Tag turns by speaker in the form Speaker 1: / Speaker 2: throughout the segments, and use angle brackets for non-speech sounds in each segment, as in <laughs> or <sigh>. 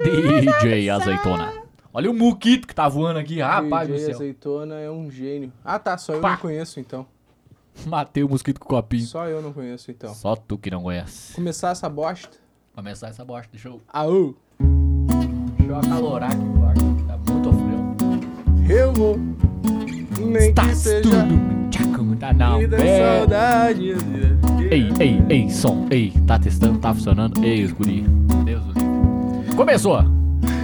Speaker 1: DJ Azeitona. Olha o Muquito que tá voando aqui, rapaz do
Speaker 2: DJ
Speaker 1: céu.
Speaker 2: Azeitona é um gênio. Ah, tá. Só eu
Speaker 1: Pá.
Speaker 2: não conheço, então.
Speaker 1: Matei o mosquito com o copinho.
Speaker 2: Só eu não conheço, então.
Speaker 1: Só tu que não conhece.
Speaker 2: Começar essa bosta. Ah,
Speaker 1: Começar essa bosta, deixa eu,
Speaker 2: Aú!
Speaker 1: deixa eu acalorar aqui no ar, que tá muito frio.
Speaker 2: Eu vou. Nem
Speaker 1: Tá
Speaker 2: que seja.
Speaker 1: tudo tchacum, tá não.
Speaker 2: Me dá
Speaker 1: É.
Speaker 2: saudade.
Speaker 1: Ei, ei, ei, som, ei, tá testando, tá funcionando. Ei, os guri. Deus do livro. Começou!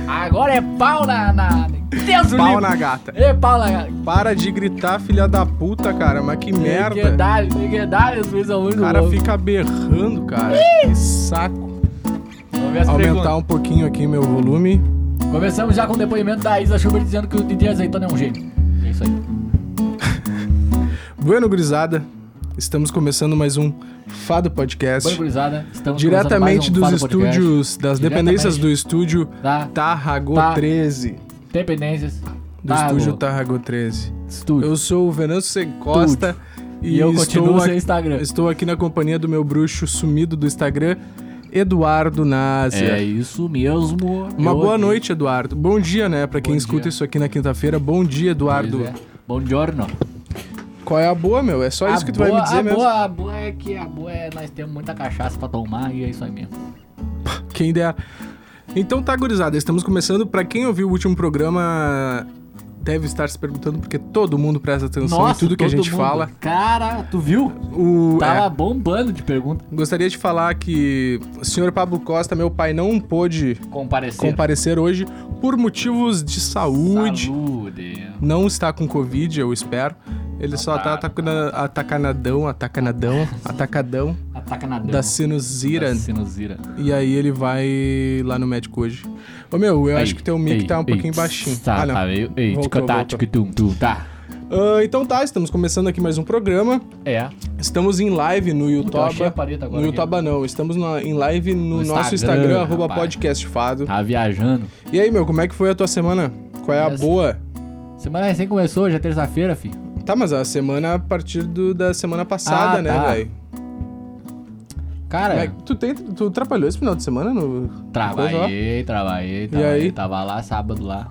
Speaker 1: Agora é pau na. na... Deus do
Speaker 2: Pau
Speaker 1: livro!
Speaker 2: na gata.
Speaker 1: Ei, pau na.
Speaker 2: Para de gritar, filha da puta, cara. Mas que merda.
Speaker 1: Miguedalho, miguedalho, os juízes são é muito
Speaker 2: O cara
Speaker 1: loucos.
Speaker 2: fica berrando, cara. Que saco.
Speaker 1: Vamos ver as perguntas.
Speaker 2: Aumentar um pouquinho aqui meu volume.
Speaker 1: Começamos já com o depoimento da Isa Schubert dizendo que o DJ Azeitona é um gênio. É isso aí.
Speaker 2: Bueno, gurizada. Estamos começando mais um Fado Podcast.
Speaker 1: Bora, gurizada. Estamos
Speaker 2: Diretamente
Speaker 1: começando
Speaker 2: dos
Speaker 1: mais um Fado Podcast.
Speaker 2: estúdios, das dependências do estúdio
Speaker 1: Tá?
Speaker 2: Tarragô
Speaker 1: Tá.
Speaker 2: 13.
Speaker 1: Dependências. Tá,
Speaker 2: Do estúdio tá- Tarragô 13.
Speaker 1: Estúdio.
Speaker 2: Eu sou o Venâncio Sem Costa
Speaker 1: E, eu continuo
Speaker 2: estou,
Speaker 1: sem
Speaker 2: aqui,
Speaker 1: Instagram.
Speaker 2: estou aqui na companhia do meu bruxo sumido do Instagram, Eduardo Nazia.
Speaker 1: É isso mesmo.
Speaker 2: Uma
Speaker 1: Eu
Speaker 2: boa
Speaker 1: aqui.
Speaker 2: noite, Eduardo. Bom dia, né? Pra quem
Speaker 1: Bom
Speaker 2: escuta
Speaker 1: dia.
Speaker 2: isso aqui na quinta-feira. Bom dia,
Speaker 1: Pois
Speaker 2: Eduardo.
Speaker 1: é. Bom giorno.
Speaker 2: Qual é a boa, meu? É só
Speaker 1: A
Speaker 2: isso que tu vai
Speaker 1: boa-
Speaker 2: me dizer
Speaker 1: a
Speaker 2: mesmo.
Speaker 1: Boa, a boa é que a boa é nós temos muita cachaça pra tomar e é isso aí mesmo.
Speaker 2: Quem der. Então tá, gurizada, estamos começando. Pra quem ouviu o último programa, deve estar se perguntando, porque todo mundo presta atenção em tudo que a
Speaker 1: todo
Speaker 2: gente
Speaker 1: mundo. Tá.
Speaker 2: fala.
Speaker 1: Cara, tu viu?
Speaker 2: O,
Speaker 1: Tava
Speaker 2: é,
Speaker 1: bombando de pergunta.
Speaker 2: gostaria de falar que o senhor Pablo Costa, meu pai, não pôde
Speaker 1: Comparecer.
Speaker 2: comparecer hoje por motivos de saúde.
Speaker 1: Saúde.
Speaker 2: Não está com Covid, eu espero. Ele só tá,
Speaker 1: tá,
Speaker 2: atacana- atacanadão, atacanadão, atacadão
Speaker 1: Ataca na
Speaker 2: da
Speaker 1: dança.
Speaker 2: sinusira.
Speaker 1: Sinusira.
Speaker 2: E aí ele vai lá no médico hoje. Ô meu, eu acho que teu mic tá um pouquinho baixinho.
Speaker 1: Tá,
Speaker 2: ah, não.
Speaker 1: tá meio. Ei,
Speaker 2: Voltou,
Speaker 1: ticotá,
Speaker 2: voltou.
Speaker 1: tiquitum, tum, tá.
Speaker 2: Ah, então tá, estamos começando aqui mais um programa.
Speaker 1: É.
Speaker 2: Estamos em live no
Speaker 1: Puta, eu achei a
Speaker 2: YouTube.
Speaker 1: parede agora
Speaker 2: No
Speaker 1: aqui.
Speaker 2: YouTube não, estamos na- em live no,
Speaker 1: No
Speaker 2: nosso
Speaker 1: Instagram,
Speaker 2: Instagram, arroba
Speaker 1: rapaz. Tá.
Speaker 2: podcastfado.
Speaker 1: Tava viajando.
Speaker 2: E aí, meu, como é que foi a tua semana? Qual é a
Speaker 1: Essa-
Speaker 2: boa?
Speaker 1: Semana recém começou, hoje é terça-feira, fi.
Speaker 2: Tá, mas a semana a partir do- da semana passada,
Speaker 1: Ah,
Speaker 2: né,
Speaker 1: tá.
Speaker 2: velho?
Speaker 1: Cara,
Speaker 2: Como é que- Tu, tem, tu trabalhou esse final de semana? No... coisa
Speaker 1: trabalhei, trabalhei,
Speaker 2: aí?
Speaker 1: trabalhei. Tava lá sábado lá.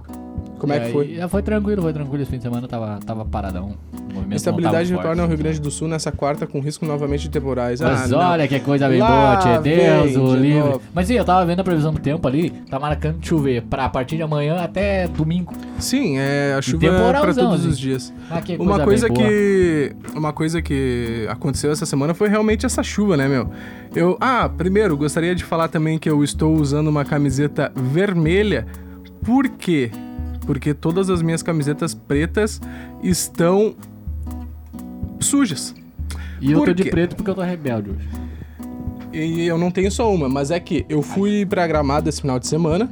Speaker 2: Como
Speaker 1: E
Speaker 2: é que
Speaker 1: aí,
Speaker 2: foi?
Speaker 1: é, Foi tranquilo, foi tranquilo. Esse fim de semana tava, tava paradão. O movimento não
Speaker 2: Estabilidade
Speaker 1: tava
Speaker 2: retorna ao
Speaker 1: forte.
Speaker 2: Rio Grande do Sul nessa quarta com risco novamente de temporais.
Speaker 1: Mas
Speaker 2: ah, não.
Speaker 1: olha que coisa bem
Speaker 2: Lá
Speaker 1: boa, tchê.
Speaker 2: vem
Speaker 1: Deus, o
Speaker 2: de
Speaker 1: livre.
Speaker 2: novo.
Speaker 1: Mas sim, eu tava vendo a previsão do tempo ali, tá marcando de chover pra partir de amanhã até domingo.
Speaker 2: Sim, é a chuva é pra
Speaker 1: temporalzão,
Speaker 2: todos
Speaker 1: assim.
Speaker 2: os dias.
Speaker 1: Ah, que
Speaker 2: Uma coisa
Speaker 1: bem boa.
Speaker 2: que uma coisa que aconteceu essa semana foi realmente essa chuva, né, meu? Eu, ah, primeiro gostaria de falar também que eu estou usando uma camiseta vermelha. Por quê? Porque todas as minhas camisetas pretas estão sujas.
Speaker 1: E eu
Speaker 2: Por
Speaker 1: tô de
Speaker 2: quê?
Speaker 1: preto porque eu tô rebelde hoje.
Speaker 2: E eu não tenho só uma, mas é que eu fui pra Gramado esse final de semana.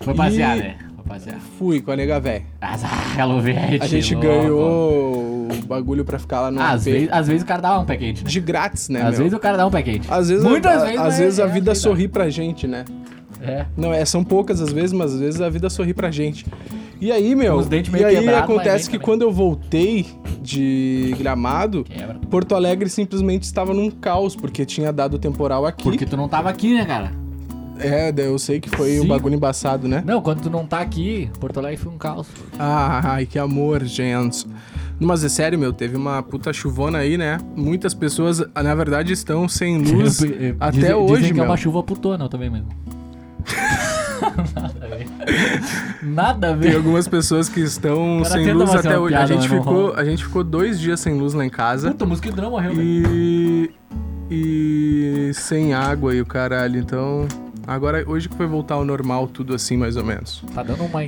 Speaker 1: Foi
Speaker 2: E-
Speaker 1: passear, né? Foi passear.
Speaker 2: Fui com a nega véia.
Speaker 1: Azar, Hello Verde.
Speaker 2: A gente
Speaker 1: louco.
Speaker 2: ganhou o bagulho pra ficar lá no
Speaker 1: Às
Speaker 2: AP.
Speaker 1: vezes, às vezes o cara dá um pé quente, né?
Speaker 2: de grátis, né,
Speaker 1: às
Speaker 2: meu?
Speaker 1: vezes o cara dá um pé quente.
Speaker 2: Às vezes,
Speaker 1: Muitas
Speaker 2: a,
Speaker 1: vezes,
Speaker 2: às
Speaker 1: mas
Speaker 2: vezes a
Speaker 1: é
Speaker 2: vida
Speaker 1: assim,
Speaker 2: sorri pra gente, né?
Speaker 1: É.
Speaker 2: Não, é, são poucas as vezes, mas às vezes a vida sorri pra gente. E aí, meu,
Speaker 1: Com os dentes
Speaker 2: e
Speaker 1: meio
Speaker 2: aí
Speaker 1: quebrados, mas bem
Speaker 2: acontece que
Speaker 1: também.
Speaker 2: quando eu voltei de Gramado,
Speaker 1: Quebra.
Speaker 2: Porto Alegre simplesmente estava num caos, porque tinha dado temporal aqui.
Speaker 1: Porque tu não tava aqui, né, cara?
Speaker 2: É, daí eu sei que foi um
Speaker 1: Sim.
Speaker 2: bagulho embaçado, né?
Speaker 1: Não, quando tu não tá aqui, Porto Alegre foi um
Speaker 2: <laughs>
Speaker 1: caos.
Speaker 2: Ah, Ai, que amor, gente. Mas é sério, meu, teve uma puta chuvona aí, né? Muitas pessoas, na verdade, estão sem luz
Speaker 1: <laughs> Dizem-
Speaker 2: até
Speaker 1: dizem
Speaker 2: hoje,
Speaker 1: que
Speaker 2: meu.
Speaker 1: é uma chuva putona eu
Speaker 2: <laughs>
Speaker 1: também mesmo. Nada a ver. Nada a
Speaker 2: Tem
Speaker 1: ver.
Speaker 2: algumas pessoas que estão
Speaker 1: O cara
Speaker 2: sem
Speaker 1: tenta
Speaker 2: luz
Speaker 1: fazer
Speaker 2: até
Speaker 1: uma
Speaker 2: hoje. A
Speaker 1: piada,
Speaker 2: gente,
Speaker 1: mas não
Speaker 2: ficou,
Speaker 1: rola.
Speaker 2: a gente ficou dois dias sem luz lá em casa
Speaker 1: Puta, o mosquito não morreu, velho.
Speaker 2: e. e. sem água e o caralho. Então. Agora, hoje que foi voltar ao normal, tudo assim, mais ou menos.
Speaker 1: Tá dando uma.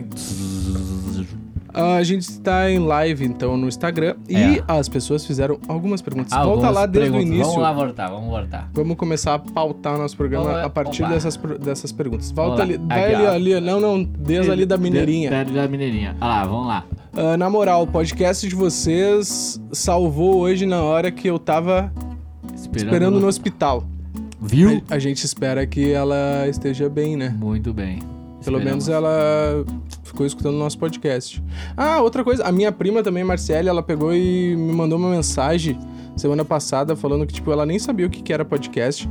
Speaker 2: Ah, a gente está em live, então, no Instagram. E
Speaker 1: É.
Speaker 2: as pessoas fizeram algumas perguntas. Volta
Speaker 1: Algumas
Speaker 2: lá desde
Speaker 1: perguntas.
Speaker 2: o início.
Speaker 1: Vamos lá voltar, vamos voltar.
Speaker 2: Vamos começar a pautar o nosso programa
Speaker 1: Vamos lá,
Speaker 2: a partir
Speaker 1: opa.
Speaker 2: dessas, pro- dessas perguntas.
Speaker 1: Vamos
Speaker 2: Volta
Speaker 1: lá,
Speaker 2: ali,
Speaker 1: aqui,
Speaker 2: vai ali,
Speaker 1: ó.
Speaker 2: ali, não, não, desde ali da mineirinha.
Speaker 1: Desde da mineirinha. Olha lá, vamos lá.
Speaker 2: Ah, na moral, o podcast de vocês salvou hoje na hora que eu tava
Speaker 1: Esperando,
Speaker 2: esperando no hospital.
Speaker 1: Viu?
Speaker 2: A gente espera que ela esteja bem, né?
Speaker 1: Muito bem.
Speaker 2: Pelo
Speaker 1: Esperamos.
Speaker 2: menos ela ficou escutando o nosso podcast. Ah, outra coisa, a minha prima também, Marcele, ela pegou e me mandou uma mensagem semana passada falando que, tipo, ela nem sabia o que que era podcast.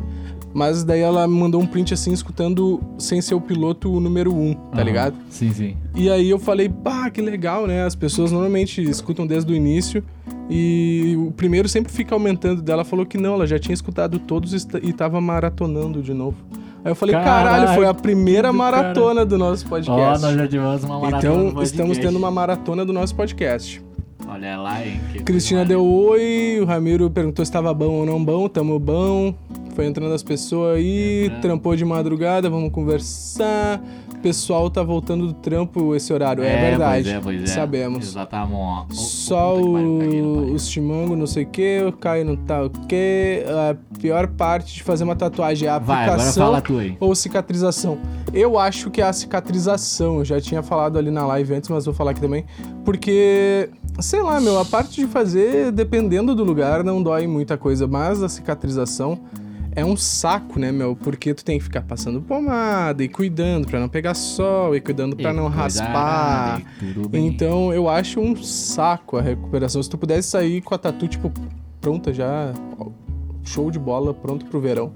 Speaker 2: Mas daí ela me mandou um print assim, escutando sem ser o piloto número um, tá
Speaker 1: Aham.
Speaker 2: ligado?
Speaker 1: Ah, Sim, sim.
Speaker 2: E aí eu falei, pá, que legal, né? As pessoas normalmente escutam desde o início e o primeiro sempre fica aumentando. Daí Ela falou que não, ela já tinha escutado todos e esta- e tava maratonando de novo. Aí eu falei, caralho,
Speaker 1: Caralho,
Speaker 2: foi a primeira
Speaker 1: do cara.
Speaker 2: maratona do nosso
Speaker 1: Ó,
Speaker 2: podcast.
Speaker 1: nós já tivemos uma maratona. no
Speaker 2: então,
Speaker 1: podcast.
Speaker 2: estamos tendo uma maratona do nosso podcast.
Speaker 1: Olha lá, hein? que
Speaker 2: Cristina
Speaker 1: coisa
Speaker 2: deu oi, o Ramiro perguntou se tava bom ou não bom, tamo bom. Foi entrando as pessoas aí,
Speaker 1: Entrando.
Speaker 2: trampou de madrugada, vamos conversar. O pessoal tá voltando do trampo esse horário, é, verdade.
Speaker 1: Pois é, pois é.
Speaker 2: Sabemos.
Speaker 1: Exatamente.
Speaker 2: Só
Speaker 1: tá
Speaker 2: o, os chimango, não sei o que, o Caio não tá o que. A pior parte de fazer uma tatuagem é a
Speaker 1: Vai, agora
Speaker 2: aplicação
Speaker 1: fala tu aí.
Speaker 2: ou cicatrização. Eu acho que é a cicatrização, eu já tinha falado ali na live antes, mas vou falar aqui também. Porque, sei lá, meu, a parte de fazer, dependendo do lugar, não dói muita coisa, mas a cicatrização. É um saco, né, meu? Porque tu tem que ficar passando pomada e cuidando pra não pegar sol e cuidando pra
Speaker 1: E né?
Speaker 2: não
Speaker 1: cuidado,
Speaker 2: raspar.
Speaker 1: e tudo bem.
Speaker 2: Então eu acho um saco a recuperação. Se tu pudesse sair com a tatu, tipo, pronta já, ó, show de bola, pronto pro verão.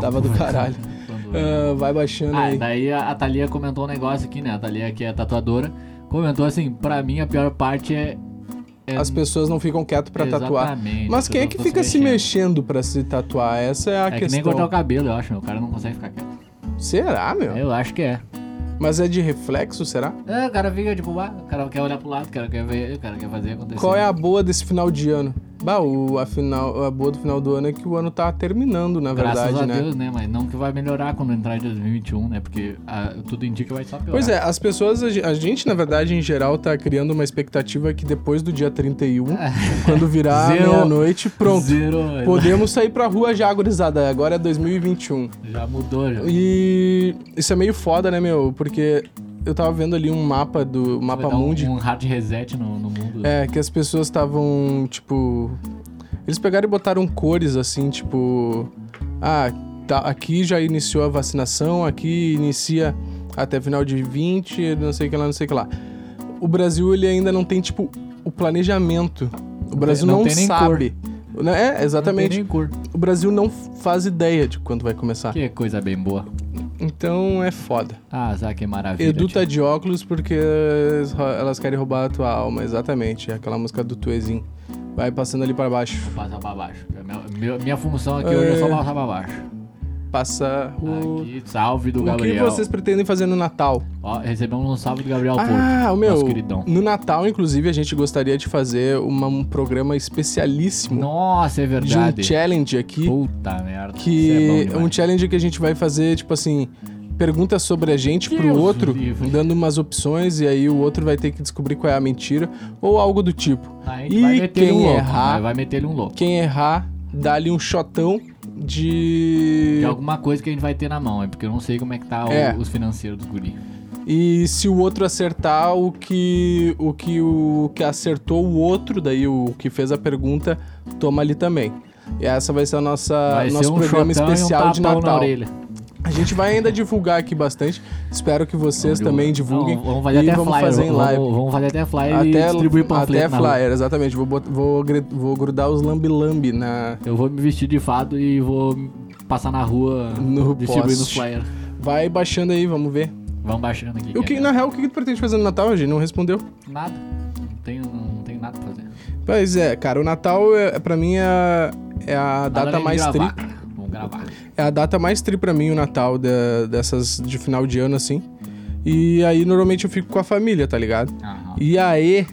Speaker 2: Tava do caralho. Ah, vai baixando
Speaker 1: Ah,
Speaker 2: aí.
Speaker 1: daí a, a Thalia comentou um negócio aqui, né? A Thalia, que é tatuadora, comentou assim: pra mim a pior parte é. é
Speaker 2: As pessoas não ficam quietas pra tatuar.
Speaker 1: exatamente,
Speaker 2: Mas
Speaker 1: as
Speaker 2: quem é
Speaker 1: pessoas
Speaker 2: que
Speaker 1: não
Speaker 2: fica
Speaker 1: tão
Speaker 2: se mexendo pra se tatuar? Essa é a
Speaker 1: É que nem
Speaker 2: questão.
Speaker 1: cortar o cabelo, eu acho, meu. O cara não consegue ficar quieto.
Speaker 2: Será, meu?
Speaker 1: Eu acho que é.
Speaker 2: Mas é de reflexo, será?
Speaker 1: É, o cara fica tipo, ah, o cara quer olhar pro lado, o cara quer ver, o cara quer fazer acontecer.
Speaker 2: Qual é a boa desse final de ano? Bah, o, a, final, a boa do final do ano é que o ano tá terminando, na
Speaker 1: Graças
Speaker 2: verdade,
Speaker 1: a
Speaker 2: né?
Speaker 1: Deus, né? Mas não que vai melhorar quando entrar em 2021, né? Porque ah, tudo indica que vai só piorar.
Speaker 2: Pois é, as pessoas, a ge- a gente, na verdade, em geral, tá criando uma expectativa que depois do dia
Speaker 1: <laughs>
Speaker 2: 31, quando virar
Speaker 1: Zero.
Speaker 2: meia-noite, pronto.
Speaker 1: Zero,
Speaker 2: Podemos sair pra rua já, gurizada. Agora é 2021.
Speaker 1: já mudou, já.
Speaker 2: E isso é meio foda, né, meu? Porque eu tava vendo ali um mapa do um
Speaker 1: Vai
Speaker 2: mapa
Speaker 1: dar um-
Speaker 2: mundi.
Speaker 1: Um hard reset no, no mundo.
Speaker 2: É, que as pessoas estavam, tipo. Eles pegaram e botaram cores assim, tipo. Ah, tá, aqui já iniciou a vacinação, aqui inicia até final de 20, não sei o que lá, não sei o que lá. O Brasil, ele ainda não tem, tipo, o planejamento. O Brasil
Speaker 1: não
Speaker 2: não,
Speaker 1: tem nem
Speaker 2: sabe. Não- É,
Speaker 1: Não tem
Speaker 2: exatamente.
Speaker 1: nem cor.
Speaker 2: O Brasil não faz ideia de quando vai começar.
Speaker 1: Que coisa bem boa.
Speaker 2: Então é foda.
Speaker 1: Ah, Zá, que maravilha.
Speaker 2: Edu
Speaker 1: tio.
Speaker 2: tá de óculos porque elas ro- elas querem roubar a tua alma, exatamente. É aquela música do Tuezinho. Vai passando ali pra baixo.
Speaker 1: Passa pra baixo. É meu- meu- minha função aqui hoje é só
Speaker 2: É.
Speaker 1: passar pra baixo.
Speaker 2: Passa o.
Speaker 1: Aqui, salve do
Speaker 2: o que
Speaker 1: Gabriel.
Speaker 2: vocês pretendem fazer no Natal?
Speaker 1: Ó, recebemos um salve do Gabriel Porto.
Speaker 2: ah, o meu.
Speaker 1: nosso queridão.
Speaker 2: No Natal, inclusive, a gente gostaria de fazer uma- um programa especialíssimo
Speaker 1: Nossa, é
Speaker 2: de um
Speaker 1: verdade.
Speaker 2: challenge aqui.
Speaker 1: Puta merda. isso
Speaker 2: Que
Speaker 1: é
Speaker 2: é
Speaker 1: bom
Speaker 2: um
Speaker 1: demais.
Speaker 2: challenge que a gente vai fazer, tipo assim, pergunta sobre a gente pro
Speaker 1: Deus
Speaker 2: outro,
Speaker 1: livre.
Speaker 2: dando umas opções, e aí o outro vai ter que descobrir qual é a mentira, ou algo do tipo.
Speaker 1: A gente vai
Speaker 2: E
Speaker 1: meter ele um
Speaker 2: quem
Speaker 1: louco.
Speaker 2: errar-
Speaker 1: né? Vai meter ele um louco.
Speaker 2: Quem errar, dá-lhe um shotão de.
Speaker 1: Tem alguma coisa que a gente vai ter na mão, é porque eu não sei como é que tá o-
Speaker 2: É.
Speaker 1: os financeiros do guri.
Speaker 2: E se o outro acertar o que o que o que acertou o outro, daí o que fez a pergunta, toma ali também. E essa vai ser a nossa
Speaker 1: Vai ser
Speaker 2: Ah, nosso
Speaker 1: um
Speaker 2: programa
Speaker 1: chotão
Speaker 2: especial
Speaker 1: e um
Speaker 2: de
Speaker 1: tapão na
Speaker 2: Natal.
Speaker 1: orelha.
Speaker 2: A gente vai ainda divulgar aqui bastante. Espero que vocês
Speaker 1: Vamos
Speaker 2: também
Speaker 1: divulgar.
Speaker 2: divulguem.
Speaker 1: Não, vamos fazer
Speaker 2: e
Speaker 1: até
Speaker 2: vamos
Speaker 1: flyer.
Speaker 2: fazer em
Speaker 1: vamos,
Speaker 2: live.
Speaker 1: vamos fazer até flyer e
Speaker 2: até
Speaker 1: distribuir panfleto
Speaker 2: até
Speaker 1: na rua.
Speaker 2: flyer, exatamente. Vou, bot- vou, gre- vou grudar os lambi-lambi na.
Speaker 1: Eu vou me vestir de fado e vou passar na rua
Speaker 2: No
Speaker 1: distribuindo
Speaker 2: poste.
Speaker 1: flyer.
Speaker 2: Vai baixando aí, vamos ver.
Speaker 1: Vamos baixando aqui.
Speaker 2: O que,
Speaker 1: é
Speaker 2: na real, o que que tu pretende fazer no Natal, gente? Não respondeu.
Speaker 1: Nada. Não tenho, não tenho nada pra fazer.
Speaker 2: Pois é, cara, o Natal é, pra mim é a, é a
Speaker 1: Nada
Speaker 2: data
Speaker 1: além de
Speaker 2: mais tri.
Speaker 1: gravar. Vamos gravar.
Speaker 2: É a data mais tri pra mim, o Natal, da- dessas de final de ano, assim. E aí, normalmente, eu fico com a família, tá ligado?
Speaker 1: Aham,
Speaker 2: E aí,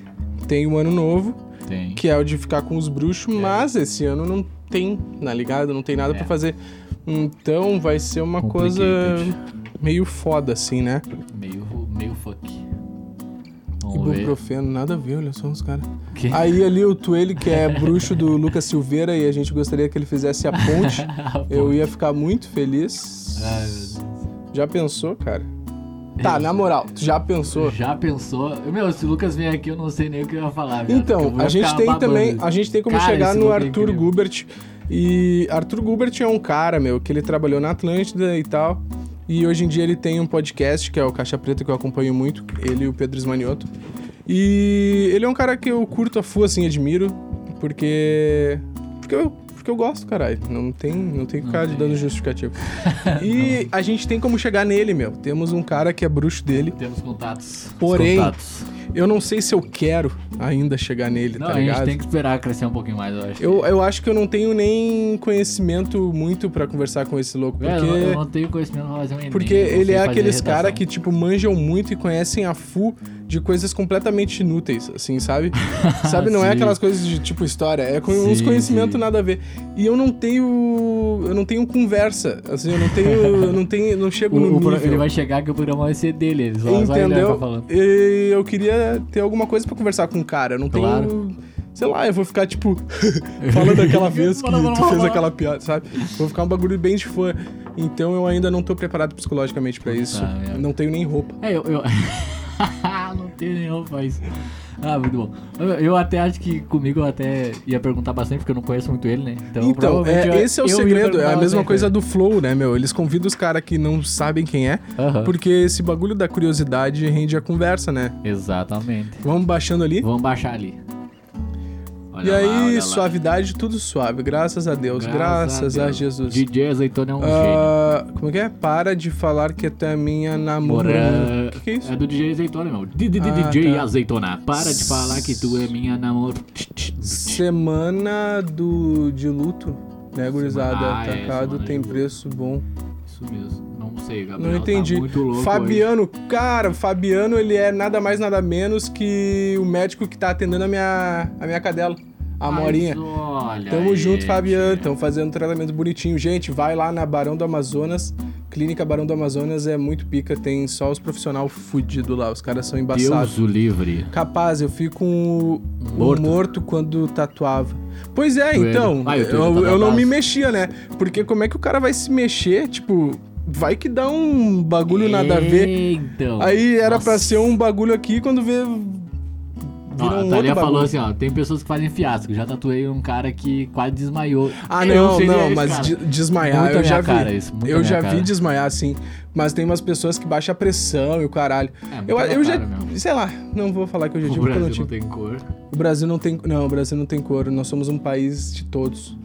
Speaker 2: tem o ano novo,
Speaker 1: Ah, tem.
Speaker 2: que é o de ficar com os bruxos, mas esse ano não tem, tá ligado? Não tem nada
Speaker 1: É.
Speaker 2: pra fazer. Então, vai ser uma coisa meio foda, assim, né?
Speaker 1: Meio, meio fuck. Vamos ver.
Speaker 2: Ibuprofeno, nada a ver, olha só os caras.
Speaker 1: <laughs> Que- <laughs>
Speaker 2: Aí ali o Tuele, que é bruxo do Lucas Silveira, e a gente gostaria que ele fizesse a ponte. Eu ia ficar muito feliz.
Speaker 1: Ai, meu Ah, Deus.
Speaker 2: Já pensou, cara? Tá, na moral, tu já pensou?
Speaker 1: Já pensou? Meu, se o Lucas vem aqui, eu não sei nem o que eu ia falar. velho, porque eu
Speaker 2: Então,
Speaker 1: vou
Speaker 2: a gente
Speaker 1: ficar
Speaker 2: tem
Speaker 1: babando.
Speaker 2: também, a gente tem como
Speaker 1: Cara,
Speaker 2: chegar
Speaker 1: esse
Speaker 2: no
Speaker 1: louco é
Speaker 2: Arthur
Speaker 1: incrível.
Speaker 2: Gubert. E Arthur Gubert é um cara, meu, que ele trabalhou na Atlântida e tal. E hoje em dia ele tem um podcast, que é o Caixa Preta, que eu acompanho muito, ele e o Pedro Esmanioto. E ele é um cara que eu curto a full, assim, admiro, porque. Porque eu, porque porque eu gosto, caralho. Não tem, não tem que ficar
Speaker 1: <laughs>
Speaker 2: dando justificativo. E a gente tem como chegar nele, meu. Temos um cara que é bruxo dele.
Speaker 1: Temos contatos.
Speaker 2: Porém, tá
Speaker 1: Contatos.
Speaker 2: Eu não sei se eu quero ainda chegar nele,
Speaker 1: Não,
Speaker 2: tá
Speaker 1: a gente
Speaker 2: ligado?
Speaker 1: tem que esperar crescer um pouquinho mais, eu acho.
Speaker 2: Eu, eu acho que eu não tenho nem conhecimento muito pra conversar com esse louco, porque...
Speaker 1: É, eu não- eu não tenho conhecimento pra fazer um Enem,
Speaker 2: Porque
Speaker 1: eu não sei
Speaker 2: ele é
Speaker 1: fazer
Speaker 2: aqueles
Speaker 1: redação.
Speaker 2: cara que, tipo, manjam muito e conhecem a full de coisas completamente inúteis,
Speaker 1: <laughs>
Speaker 2: assim, sabe? sabe, não é
Speaker 1: Sim.
Speaker 2: aquelas coisas de, tipo, história, é com uns
Speaker 1: Sim,
Speaker 2: conhecimentos
Speaker 1: sim.
Speaker 2: nada a ver. E eu não tenho... eu não tenho conversa, assim, eu não tenho... eu não tenho... não chego
Speaker 1: O-
Speaker 2: no
Speaker 1: o pro-
Speaker 2: nível.
Speaker 1: ele vai chegar que o programa vai ser dele, eles vão só ele vai ficar
Speaker 2: Entendeu?
Speaker 1: falando.
Speaker 2: E eu queria ter alguma coisa pra conversar com o cara. Eu não tenho.
Speaker 1: Claro.
Speaker 2: Sei lá, eu vou ficar, tipo, <laughs>
Speaker 1: <laughs>
Speaker 2: falando aquela vez que
Speaker 1: Fala, fala,
Speaker 2: tu fez
Speaker 1: fala.
Speaker 2: aquela piada, sabe? Vou ficar um bagulho bem de fã. Então eu ainda não tô preparado psicologicamente pra isso.
Speaker 1: merda.
Speaker 2: Não tenho nem roupa.
Speaker 1: Ah, tá, É, eu. <laughs> eu... não tenho nenhum faz. Ah, muito bom. Eu, eu até acho que comigo eu até ia perguntar bastante, porque eu não conheço muito ele, né?
Speaker 2: Então,
Speaker 1: provavelmente
Speaker 2: é,
Speaker 1: eu-
Speaker 2: esse é o
Speaker 1: eu ia
Speaker 2: segredo. É
Speaker 1: perguntar
Speaker 2: a mesma
Speaker 1: bastante
Speaker 2: coisa do Flow, né, meu? Eles convidam os caras que não sabem quem é,
Speaker 1: pra ele. Aham.
Speaker 2: porque esse bagulho da curiosidade rende a conversa, né?
Speaker 1: Exatamente.
Speaker 2: Vamos baixando ali.
Speaker 1: Vamos baixar ali. Olha
Speaker 2: e
Speaker 1: lá,
Speaker 2: aí,
Speaker 1: olha lá.
Speaker 2: suavidade, tudo suave. Graças a Deus. Graças, a,
Speaker 1: Deus.
Speaker 2: Jesus.
Speaker 1: DJ Azeitona é um gênio.
Speaker 2: Ah, como que é? Para de falar que tu é minha namorada.
Speaker 1: Moran-
Speaker 2: O que, que é isso?
Speaker 1: É do DJ Azeitona, meu. D- d- d-
Speaker 2: Ah,
Speaker 1: DJ
Speaker 2: tá.
Speaker 1: Azeitona. Para de falar que tu é minha namorada.
Speaker 2: Semana do, de luto, né, gurizada?
Speaker 1: Ah, é,
Speaker 2: Atacado
Speaker 1: semana de
Speaker 2: tem
Speaker 1: luto.
Speaker 2: preço bom.
Speaker 1: Isso mesmo. Não sei, Gabriel.
Speaker 2: Não entendi.
Speaker 1: Tá muito louco hoje.
Speaker 2: Fabiano, cara, o Fabiano ele é nada mais nada menos que o médico que tá atendendo a minha, a minha cadela, a
Speaker 1: Mas
Speaker 2: Morinha.
Speaker 1: Olha.
Speaker 2: Tamo junto,
Speaker 1: aí,
Speaker 2: Fabiano.
Speaker 1: tia.
Speaker 2: Estamos fazendo um tratamento bonitinho. Gente, vai lá na Barão do Amazonas. Clínica Barão do Amazonas é muito pica. Tem só os profissionais fudidos lá. Os caras são embaçados.
Speaker 1: Deus o livre.
Speaker 2: Capaz, eu fico um morto,
Speaker 1: Morto.
Speaker 2: quando tatuava. Pois é,
Speaker 1: Joelho.
Speaker 2: então.
Speaker 1: Ah, eu
Speaker 2: eu,
Speaker 1: tenho que tatuar
Speaker 2: eu não
Speaker 1: braço.
Speaker 2: me mexia, né? Porque como é que o cara vai se mexer? Tipo, vai que dá um bagulho nada a ver.
Speaker 1: Então.
Speaker 2: Aí era pra
Speaker 1: Nossa.
Speaker 2: ser um bagulho aqui quando vê.
Speaker 1: Ó,
Speaker 2: Vira um
Speaker 1: a Thalia
Speaker 2: outro
Speaker 1: falou
Speaker 2: bagulho.
Speaker 1: assim, ó, tem pessoas que fazem fiasco. Já tatuei um cara que quase desmaiou.
Speaker 2: Ah,
Speaker 1: Eu
Speaker 2: não,
Speaker 1: seria
Speaker 2: não,
Speaker 1: é esse
Speaker 2: mas
Speaker 1: cara.
Speaker 2: de- desmaiar
Speaker 1: Muito a
Speaker 2: eu já
Speaker 1: minha
Speaker 2: vi.
Speaker 1: cara isso, muito a
Speaker 2: eu
Speaker 1: minha
Speaker 2: já
Speaker 1: cara.
Speaker 2: vi desmaiar, assim. Mas tem umas pessoas que baixam a pressão e o caralho.
Speaker 1: É, muito
Speaker 2: eu
Speaker 1: a minha
Speaker 2: eu já.
Speaker 1: cara mesmo.
Speaker 2: Sei lá, não vou falar que eu já tive
Speaker 1: O
Speaker 2: porque eu não
Speaker 1: Brasil não
Speaker 2: tive.
Speaker 1: tem cor.
Speaker 2: O Brasil não tem. Não, o Brasil não tem couro. Nós somos um país de todos.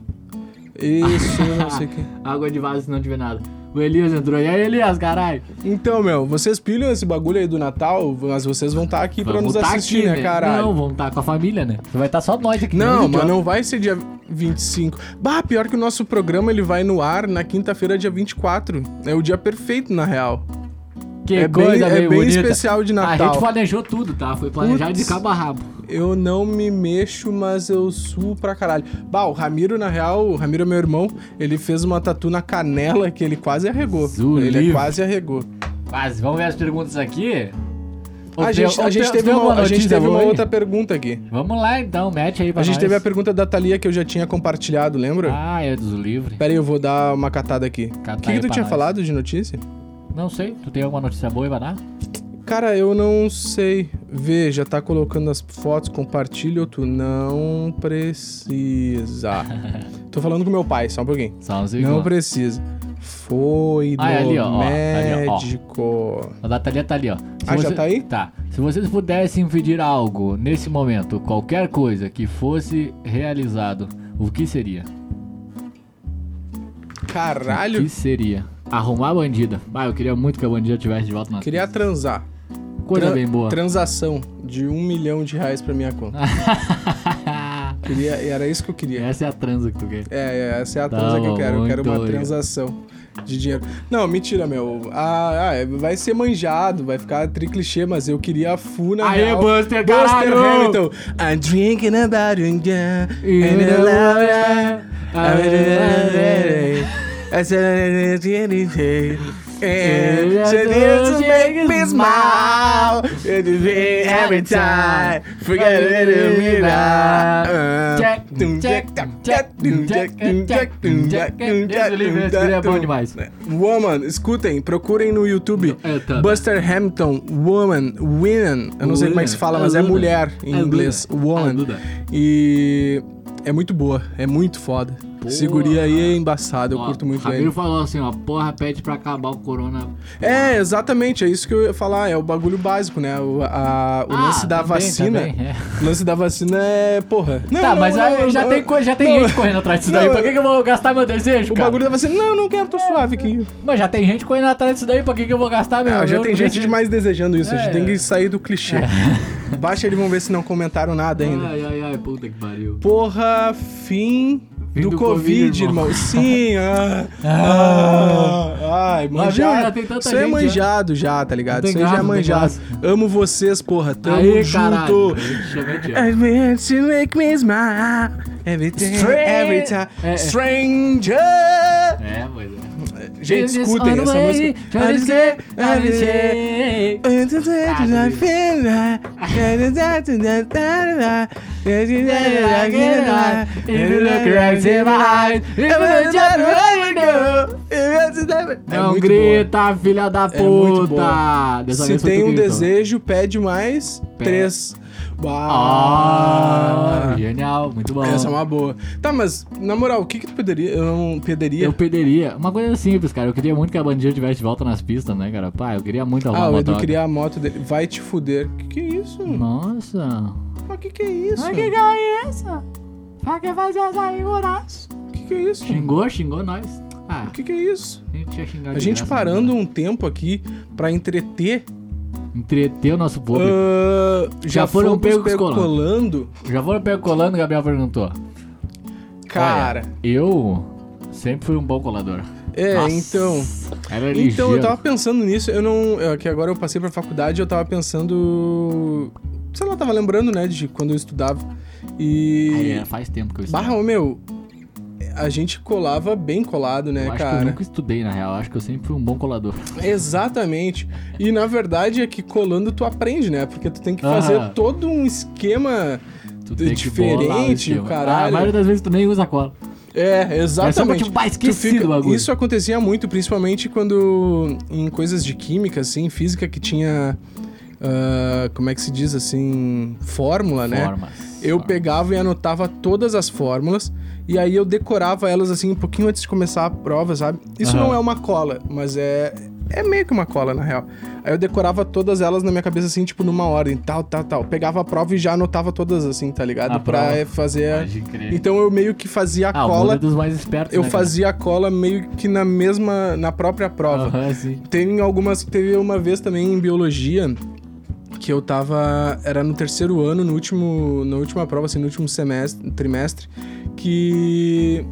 Speaker 2: Isso, não sei
Speaker 1: <laughs>
Speaker 2: o que.
Speaker 1: Água de vaso se não tiver nada. O Elias entrou. E aí, Elias, caralho?
Speaker 2: Então, meu, vocês pilham esse bagulho aí do Natal, mas vocês vão estar aqui pra
Speaker 1: Vamos
Speaker 2: nos
Speaker 1: tá
Speaker 2: assistir,
Speaker 1: aqui,
Speaker 2: né, caralho?
Speaker 1: Não, vamos estar com a família, né? Vai estar só nós aqui.
Speaker 2: Não,
Speaker 1: né,
Speaker 2: mas
Speaker 1: idiota?
Speaker 2: não vai ser dia 25. Bah, pior que o nosso programa ele vai no ar na quinta-feira, dia 24. É o dia perfeito, na real.
Speaker 1: Que
Speaker 2: é bem,
Speaker 1: coisa
Speaker 2: é
Speaker 1: meio
Speaker 2: bem
Speaker 1: bonita.
Speaker 2: especial de
Speaker 1: A gente
Speaker 2: Natal.
Speaker 1: planejou tudo, tá? Foi planejado
Speaker 2: Putz.
Speaker 1: de cabo a rabo.
Speaker 2: Eu não me mexo, mas eu suo pra caralho. Bah, o Ramiro, na real, o Ramiro é meu irmão, ele fez uma tatu na canela que ele quase arregou.
Speaker 1: Zu
Speaker 2: ele
Speaker 1: livre.
Speaker 2: quase arregou.
Speaker 1: Mas vamos ver as perguntas aqui. Ô,
Speaker 2: A
Speaker 1: Theo,
Speaker 2: gente,
Speaker 1: ô,
Speaker 2: a gente
Speaker 1: Theo,
Speaker 2: teve,
Speaker 1: tem
Speaker 2: uma, a gente
Speaker 1: notícia
Speaker 2: teve
Speaker 1: boa
Speaker 2: uma
Speaker 1: aí?
Speaker 2: outra pergunta aqui.
Speaker 1: Vamos lá então, mete aí pra
Speaker 2: A gente
Speaker 1: nós.
Speaker 2: teve a pergunta da Thalia que eu já tinha compartilhado, lembra?
Speaker 1: Ah, é dos livres.
Speaker 2: Pera aí, eu vou dar uma catada aqui.
Speaker 1: Catar
Speaker 2: O que,
Speaker 1: aí
Speaker 2: que tu
Speaker 1: pra
Speaker 2: tinha
Speaker 1: nós.
Speaker 2: falado de notícia?
Speaker 1: Não sei, tu tem alguma notícia boa aí pra dar?
Speaker 2: Cara, eu não sei. Vê, já tá colocando as fotos, compartilha ou tu não
Speaker 1: <laughs>
Speaker 2: precisa. Tô falando com meu pai, só um pouquinho.
Speaker 1: Só um segundo.
Speaker 2: Não precisa. Foi
Speaker 1: Ah, é
Speaker 2: no
Speaker 1: ali, ó, ó, ali, ó, ó.
Speaker 2: médico.
Speaker 1: A data ali tá ali, ó. Se
Speaker 2: Ah, já tá aí?
Speaker 1: Tá. Se vocês pudessem pedir algo nesse momento, qualquer coisa que fosse realizado, o que seria? O
Speaker 2: Caralho,
Speaker 1: que seria? Arrumar a bandida. Ah, eu queria muito que a bandida tivesse de volta na
Speaker 2: queria transar.
Speaker 1: coisa
Speaker 2: Tran-
Speaker 1: bem boa.
Speaker 2: Transação de um milhão de reais pra minha conta. Queria, era isso que eu queria.
Speaker 1: <laughs> Essa é a transa que tu quer.
Speaker 2: É, é, essa é a
Speaker 1: Tá
Speaker 2: transa que eu
Speaker 1: bom,
Speaker 2: quero. Eu quero
Speaker 1: muito
Speaker 2: uma
Speaker 1: legal.
Speaker 2: transação de dinheiro. Não, mentira, meu. Ah, ah, é, vai ser manjado, vai ficar triclichê, mas eu queria a FU na
Speaker 1: Aê,
Speaker 2: real.
Speaker 1: Buster,
Speaker 2: Buster
Speaker 1: caralho!
Speaker 2: Hamilton. I'm drinking about you, yeah. And I love
Speaker 1: é.
Speaker 2: you. I'm ready. I said I did anything. And she did to make me smile. And you say every time. Forget it, it'll be right. Ah.
Speaker 1: Check, check, check, check, check, check, check. Deus o livre, esse guri é bom demais.
Speaker 2: Woman, escutem, procurem no YouTube.
Speaker 1: É, tá.
Speaker 2: Buster Hamilton, Woman, Women. Eu não sei como é que se fala, mas é
Speaker 1: Ajuda.
Speaker 2: mulher em inglês.
Speaker 1: Ajuda.
Speaker 2: Woman.
Speaker 1: Ajuda.
Speaker 2: E é muito boa, é muito foda.
Speaker 3: Porra. é
Speaker 2: Seguria aí é embaçado, eu
Speaker 1: Ó,
Speaker 2: curto muito
Speaker 1: Ramiro
Speaker 2: ele.
Speaker 1: falou assim, ó, porra, pede pra acabar o corona.
Speaker 2: É, exatamente, é isso que eu ia falar, é o bagulho básico, né? O, a- o
Speaker 1: Ah,
Speaker 2: lance da
Speaker 3: Também,
Speaker 2: vacina.
Speaker 3: também, é.
Speaker 2: O lance da vacina é, porra. Não,
Speaker 3: tá,
Speaker 2: não,
Speaker 3: mas
Speaker 2: não,
Speaker 3: aí
Speaker 2: não,
Speaker 3: já,
Speaker 2: não.
Speaker 3: tem, coi- já tem
Speaker 2: Não,
Speaker 3: gente correndo atrás disso daí.
Speaker 2: não,
Speaker 3: Pra que, que eu vou gastar meu desejo,
Speaker 2: O
Speaker 3: cara?
Speaker 2: bagulho da vacina, não, eu não quero, tô suave aqui.
Speaker 3: Mas já tem gente correndo atrás disso daí. Pra que, que eu vou gastar meu
Speaker 2: Ah, já
Speaker 3: meu
Speaker 2: tem gente
Speaker 3: desejo?
Speaker 2: demais desejando isso, a gente
Speaker 3: É.
Speaker 2: tem que sair
Speaker 3: <laughs>
Speaker 2: do clichê. Baixa ele, vamos ver se não comentaram nada ainda.
Speaker 1: Ai, ai, ai, puta que pariu.
Speaker 2: Porra, fim,
Speaker 1: Fim
Speaker 2: do,
Speaker 1: do
Speaker 2: Covid,
Speaker 1: Covid, <laughs>
Speaker 2: irmão. Sim, ah, ah, ai,
Speaker 1: Mas,
Speaker 2: manjado.
Speaker 1: viu, já tem tanta
Speaker 2: Isso é
Speaker 1: gente, né?
Speaker 2: manjado já, tá
Speaker 1: Não
Speaker 2: ligado?
Speaker 1: tem
Speaker 2: Isso aí já é
Speaker 1: graça, não tem
Speaker 2: manjado. Amo vocês, porra. Tamo
Speaker 1: Aí,
Speaker 2: junto.
Speaker 1: caralho. Chama de
Speaker 2: I want to make me smile every time,
Speaker 3: Stran-
Speaker 2: every time.
Speaker 3: É, é.
Speaker 2: Stranger!
Speaker 1: É, mas é.
Speaker 2: Gente, escutem essa música.
Speaker 3: Já disse, já disse.
Speaker 2: É É
Speaker 1: Não
Speaker 2: muito boa.
Speaker 1: grita, filha da
Speaker 2: É muito
Speaker 1: puta! Dessa
Speaker 2: Se
Speaker 1: vez foi tu
Speaker 2: tem
Speaker 1: que
Speaker 2: um
Speaker 1: gritou.
Speaker 2: desejo, pede mais três.
Speaker 1: Ah,
Speaker 2: Bah.
Speaker 1: genial, muito bom.
Speaker 2: Ah. Essa é uma boa. Tá, mas na moral, o que que tu pederia? Eu não pederia.
Speaker 1: Eu perderia. Uma coisa simples, cara. Eu queria muito que a bandida tivesse de volta nas pistas, né, cara? Pá, eu queria muito arrumar
Speaker 2: Ah, o
Speaker 1: uma
Speaker 2: Edu
Speaker 1: toca.
Speaker 2: queria a moto dele. Vai te fuder. Que que é isso?
Speaker 1: Nossa.
Speaker 2: Mas que que é isso?
Speaker 1: Mas que que é isso? Pra que fazer essa figura?
Speaker 2: Que que é isso?
Speaker 1: Xingou, xingou nós. Ah,
Speaker 2: Que que é isso?
Speaker 1: a gente tinha xingado
Speaker 2: A
Speaker 1: de
Speaker 2: gente
Speaker 1: graça,
Speaker 2: parando um tempo aqui pra entreter,
Speaker 1: né? Entreteu nosso público.
Speaker 2: ah, já,
Speaker 1: Já foram
Speaker 2: foram
Speaker 1: pegos
Speaker 2: percolando.
Speaker 1: Já foram pego colando, Gabriel perguntou.
Speaker 2: Cara,
Speaker 1: Eu sempre fui um bom colador.
Speaker 2: é,
Speaker 1: Nossa,
Speaker 2: então.
Speaker 1: Era ligeiro.
Speaker 2: Então eu tava pensando nisso, eu não. é Que agora eu passei pra faculdade, eu tava pensando. Sei lá, eu tava lembrando, né, de quando eu estudava.
Speaker 1: Aí,
Speaker 2: E.
Speaker 1: era- faz tempo que eu estudei.
Speaker 2: Barra, ô, meu, a gente colava bem colado, né,
Speaker 1: eu acho que eu
Speaker 2: cara?
Speaker 1: nunca estudei, na real. Eu acho que eu sempre fui um bom colador.
Speaker 2: Exatamente. E na verdade é que colando tu aprende, né? Porque tu tem que fazer
Speaker 1: Aham.
Speaker 2: todo um esquema.
Speaker 1: Tu tem que
Speaker 2: Diferente,
Speaker 1: bolar o esquema.
Speaker 2: caralho.
Speaker 1: Ah, a maioria das vezes tu nem usa cola.
Speaker 2: É,
Speaker 1: É só pra
Speaker 2: exatamente.
Speaker 1: tipo, ah,
Speaker 2: Tu
Speaker 1: esqueci
Speaker 2: fica-
Speaker 1: do bagulho.
Speaker 2: Isso acontecia muito, principalmente quando em coisas de química, assim, física que tinha. ah, como é que se diz assim? Fórmula, né?
Speaker 1: Formas.
Speaker 2: Eu
Speaker 1: formas.
Speaker 2: pegava e anotava todas as fórmulas e aí eu decorava elas assim um pouquinho antes de começar a prova, sabe? Isso
Speaker 1: Aham.
Speaker 2: não é uma cola, mas é é meio que uma cola na real. Aí eu decorava todas elas na minha cabeça assim, tipo numa ordem, tal, tal, tal. Pegava a prova e já anotava todas assim, tá ligado?
Speaker 1: A
Speaker 2: pra
Speaker 1: prova.
Speaker 2: fazer. a-
Speaker 1: Pode crer.
Speaker 2: Então eu meio que fazia a
Speaker 1: Ah, o mundo é
Speaker 2: cola,
Speaker 1: dos mais espertos,
Speaker 2: eu
Speaker 1: né, cara?
Speaker 2: fazia a cola meio que na mesma na própria prova.
Speaker 1: Aham, sim.
Speaker 2: Tem algumas. Teve uma vez também em biologia que eu tava. Era no terceiro ano, no último. Na última prova, assim, no último semestre, trimestre, que.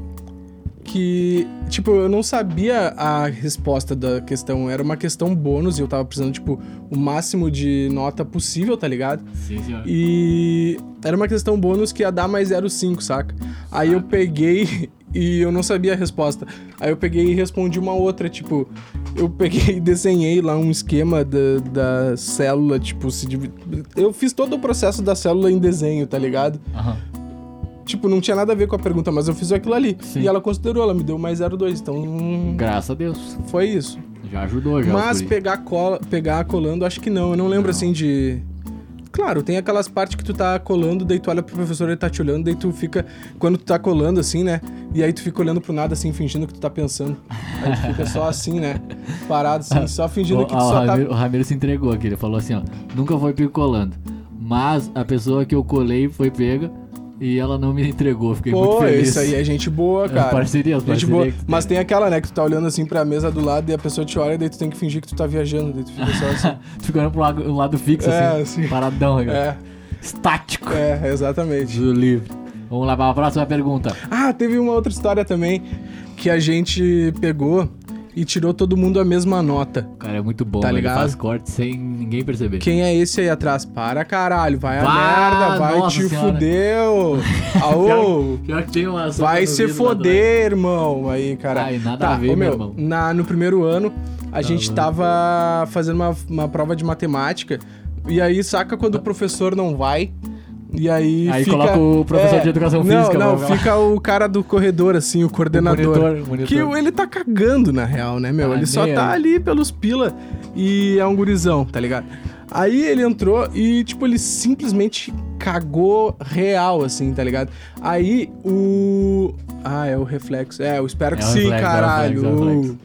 Speaker 2: Que, tipo, eu não sabia a resposta da questão. Era uma questão bônus e eu tava precisando, tipo, o máximo de nota possível, tá ligado?
Speaker 1: Sim, senhor.
Speaker 2: E era uma questão bônus que ia dar mais 0,5, saca? Aí eu peguei <laughs> e eu não sabia a resposta. Aí eu peguei e respondi uma outra, tipo, eu peguei <laughs> e desenhei lá um esquema da, da célula, tipo, se divi- eu fiz todo o processo da célula em desenho, tá ligado?
Speaker 1: Aham.
Speaker 2: Tipo, não tinha nada a ver com a pergunta, mas eu fiz aquilo ali.
Speaker 1: Sim.
Speaker 2: E ela considerou, ela me deu mais 0,2, então hum,
Speaker 1: Graças a Deus.
Speaker 2: foi isso.
Speaker 1: Já ajudou, já.
Speaker 2: Mas
Speaker 1: os guri.
Speaker 2: pegar, cola, pegar colando, acho que não. Eu não lembro assim de. Claro, tem aquelas partes que tu tá colando, daí tu olha pro professor, ele tá te olhando, daí tu fica. Quando tu tá colando assim, né? E aí tu fica olhando pro nada assim, fingindo que tu tá pensando. Aí tu fica só assim, né? Parado assim, só fingindo
Speaker 1: Ó,
Speaker 2: que tu
Speaker 1: ó, o,
Speaker 2: só tá.
Speaker 1: Ramiro, o Ramiro se entregou aqui, ele falou assim, ó, nunca foi pego colando, mas a pessoa que eu colei foi pega e ela não me entregou, fiquei muito
Speaker 2: Pô,
Speaker 1: feliz.
Speaker 2: isso aí é gente boa,
Speaker 1: É,
Speaker 2: cara.
Speaker 1: parceria,
Speaker 2: gente
Speaker 1: parceria
Speaker 2: boa.
Speaker 1: que tu tem.
Speaker 2: Mas tem aquela, né? Que tu tá olhando assim pra mesa do lado e a pessoa te olha, daí tu tem que fingir que tu tá viajando, daí tu fica só assim.
Speaker 1: <laughs> Tu fica olhando pro lado, um lado fixo, assim,
Speaker 2: É, assim.
Speaker 1: paradão, cara.
Speaker 2: é,
Speaker 1: estático.
Speaker 2: é, exatamente.
Speaker 1: Do livre. Vamos lá para a próxima pergunta.
Speaker 2: Ah, teve uma outra história também que a gente pegou e tirou todo mundo a mesma nota.
Speaker 1: Cara, é muito bom,
Speaker 2: Tá
Speaker 1: ele
Speaker 2: ligado?
Speaker 1: faz corte sem ninguém perceber.
Speaker 2: Quem é esse aí atrás? Para caralho, vai a
Speaker 1: Vá,
Speaker 2: merda, vai
Speaker 1: nossa
Speaker 2: te
Speaker 1: senhora. <laughs>
Speaker 2: fudeu. Aô,
Speaker 1: <laughs> Pior que tem uma sopa
Speaker 2: vai
Speaker 1: no
Speaker 2: se
Speaker 1: vidro lá do
Speaker 2: foder, irmão. Aí, cara.
Speaker 1: é. Ai, nada
Speaker 2: tá,
Speaker 1: a ver,
Speaker 2: ô,
Speaker 1: meu irmão. Tá
Speaker 2: Na, no primeiro ano, a gente
Speaker 1: mano.
Speaker 2: tava fazendo uma, uma prova de matemática e aí saca quando o professor não vai. E aí,
Speaker 1: Aí
Speaker 2: fica...
Speaker 1: coloca o professor de educação
Speaker 2: não,
Speaker 1: física,
Speaker 2: Não,
Speaker 1: vai lá.
Speaker 2: fica o cara do corredor, assim, o
Speaker 1: lado.
Speaker 2: coordenador.
Speaker 1: Monitor, monitor.
Speaker 2: Que o- ele tá cagando, na real, né, meu?
Speaker 1: Ah,
Speaker 2: ele só
Speaker 1: meu.
Speaker 2: tá ali pelos pila e é um gurizão, tá ligado? Aí ele entrou e, tipo, ele simplesmente cagou real, assim, tá ligado? Aí o. Ah, é o reflexo. É, eu espero que
Speaker 1: É o
Speaker 2: sim,
Speaker 1: reflexo, é o
Speaker 2: caralho.
Speaker 1: reflexo, é o reflexo.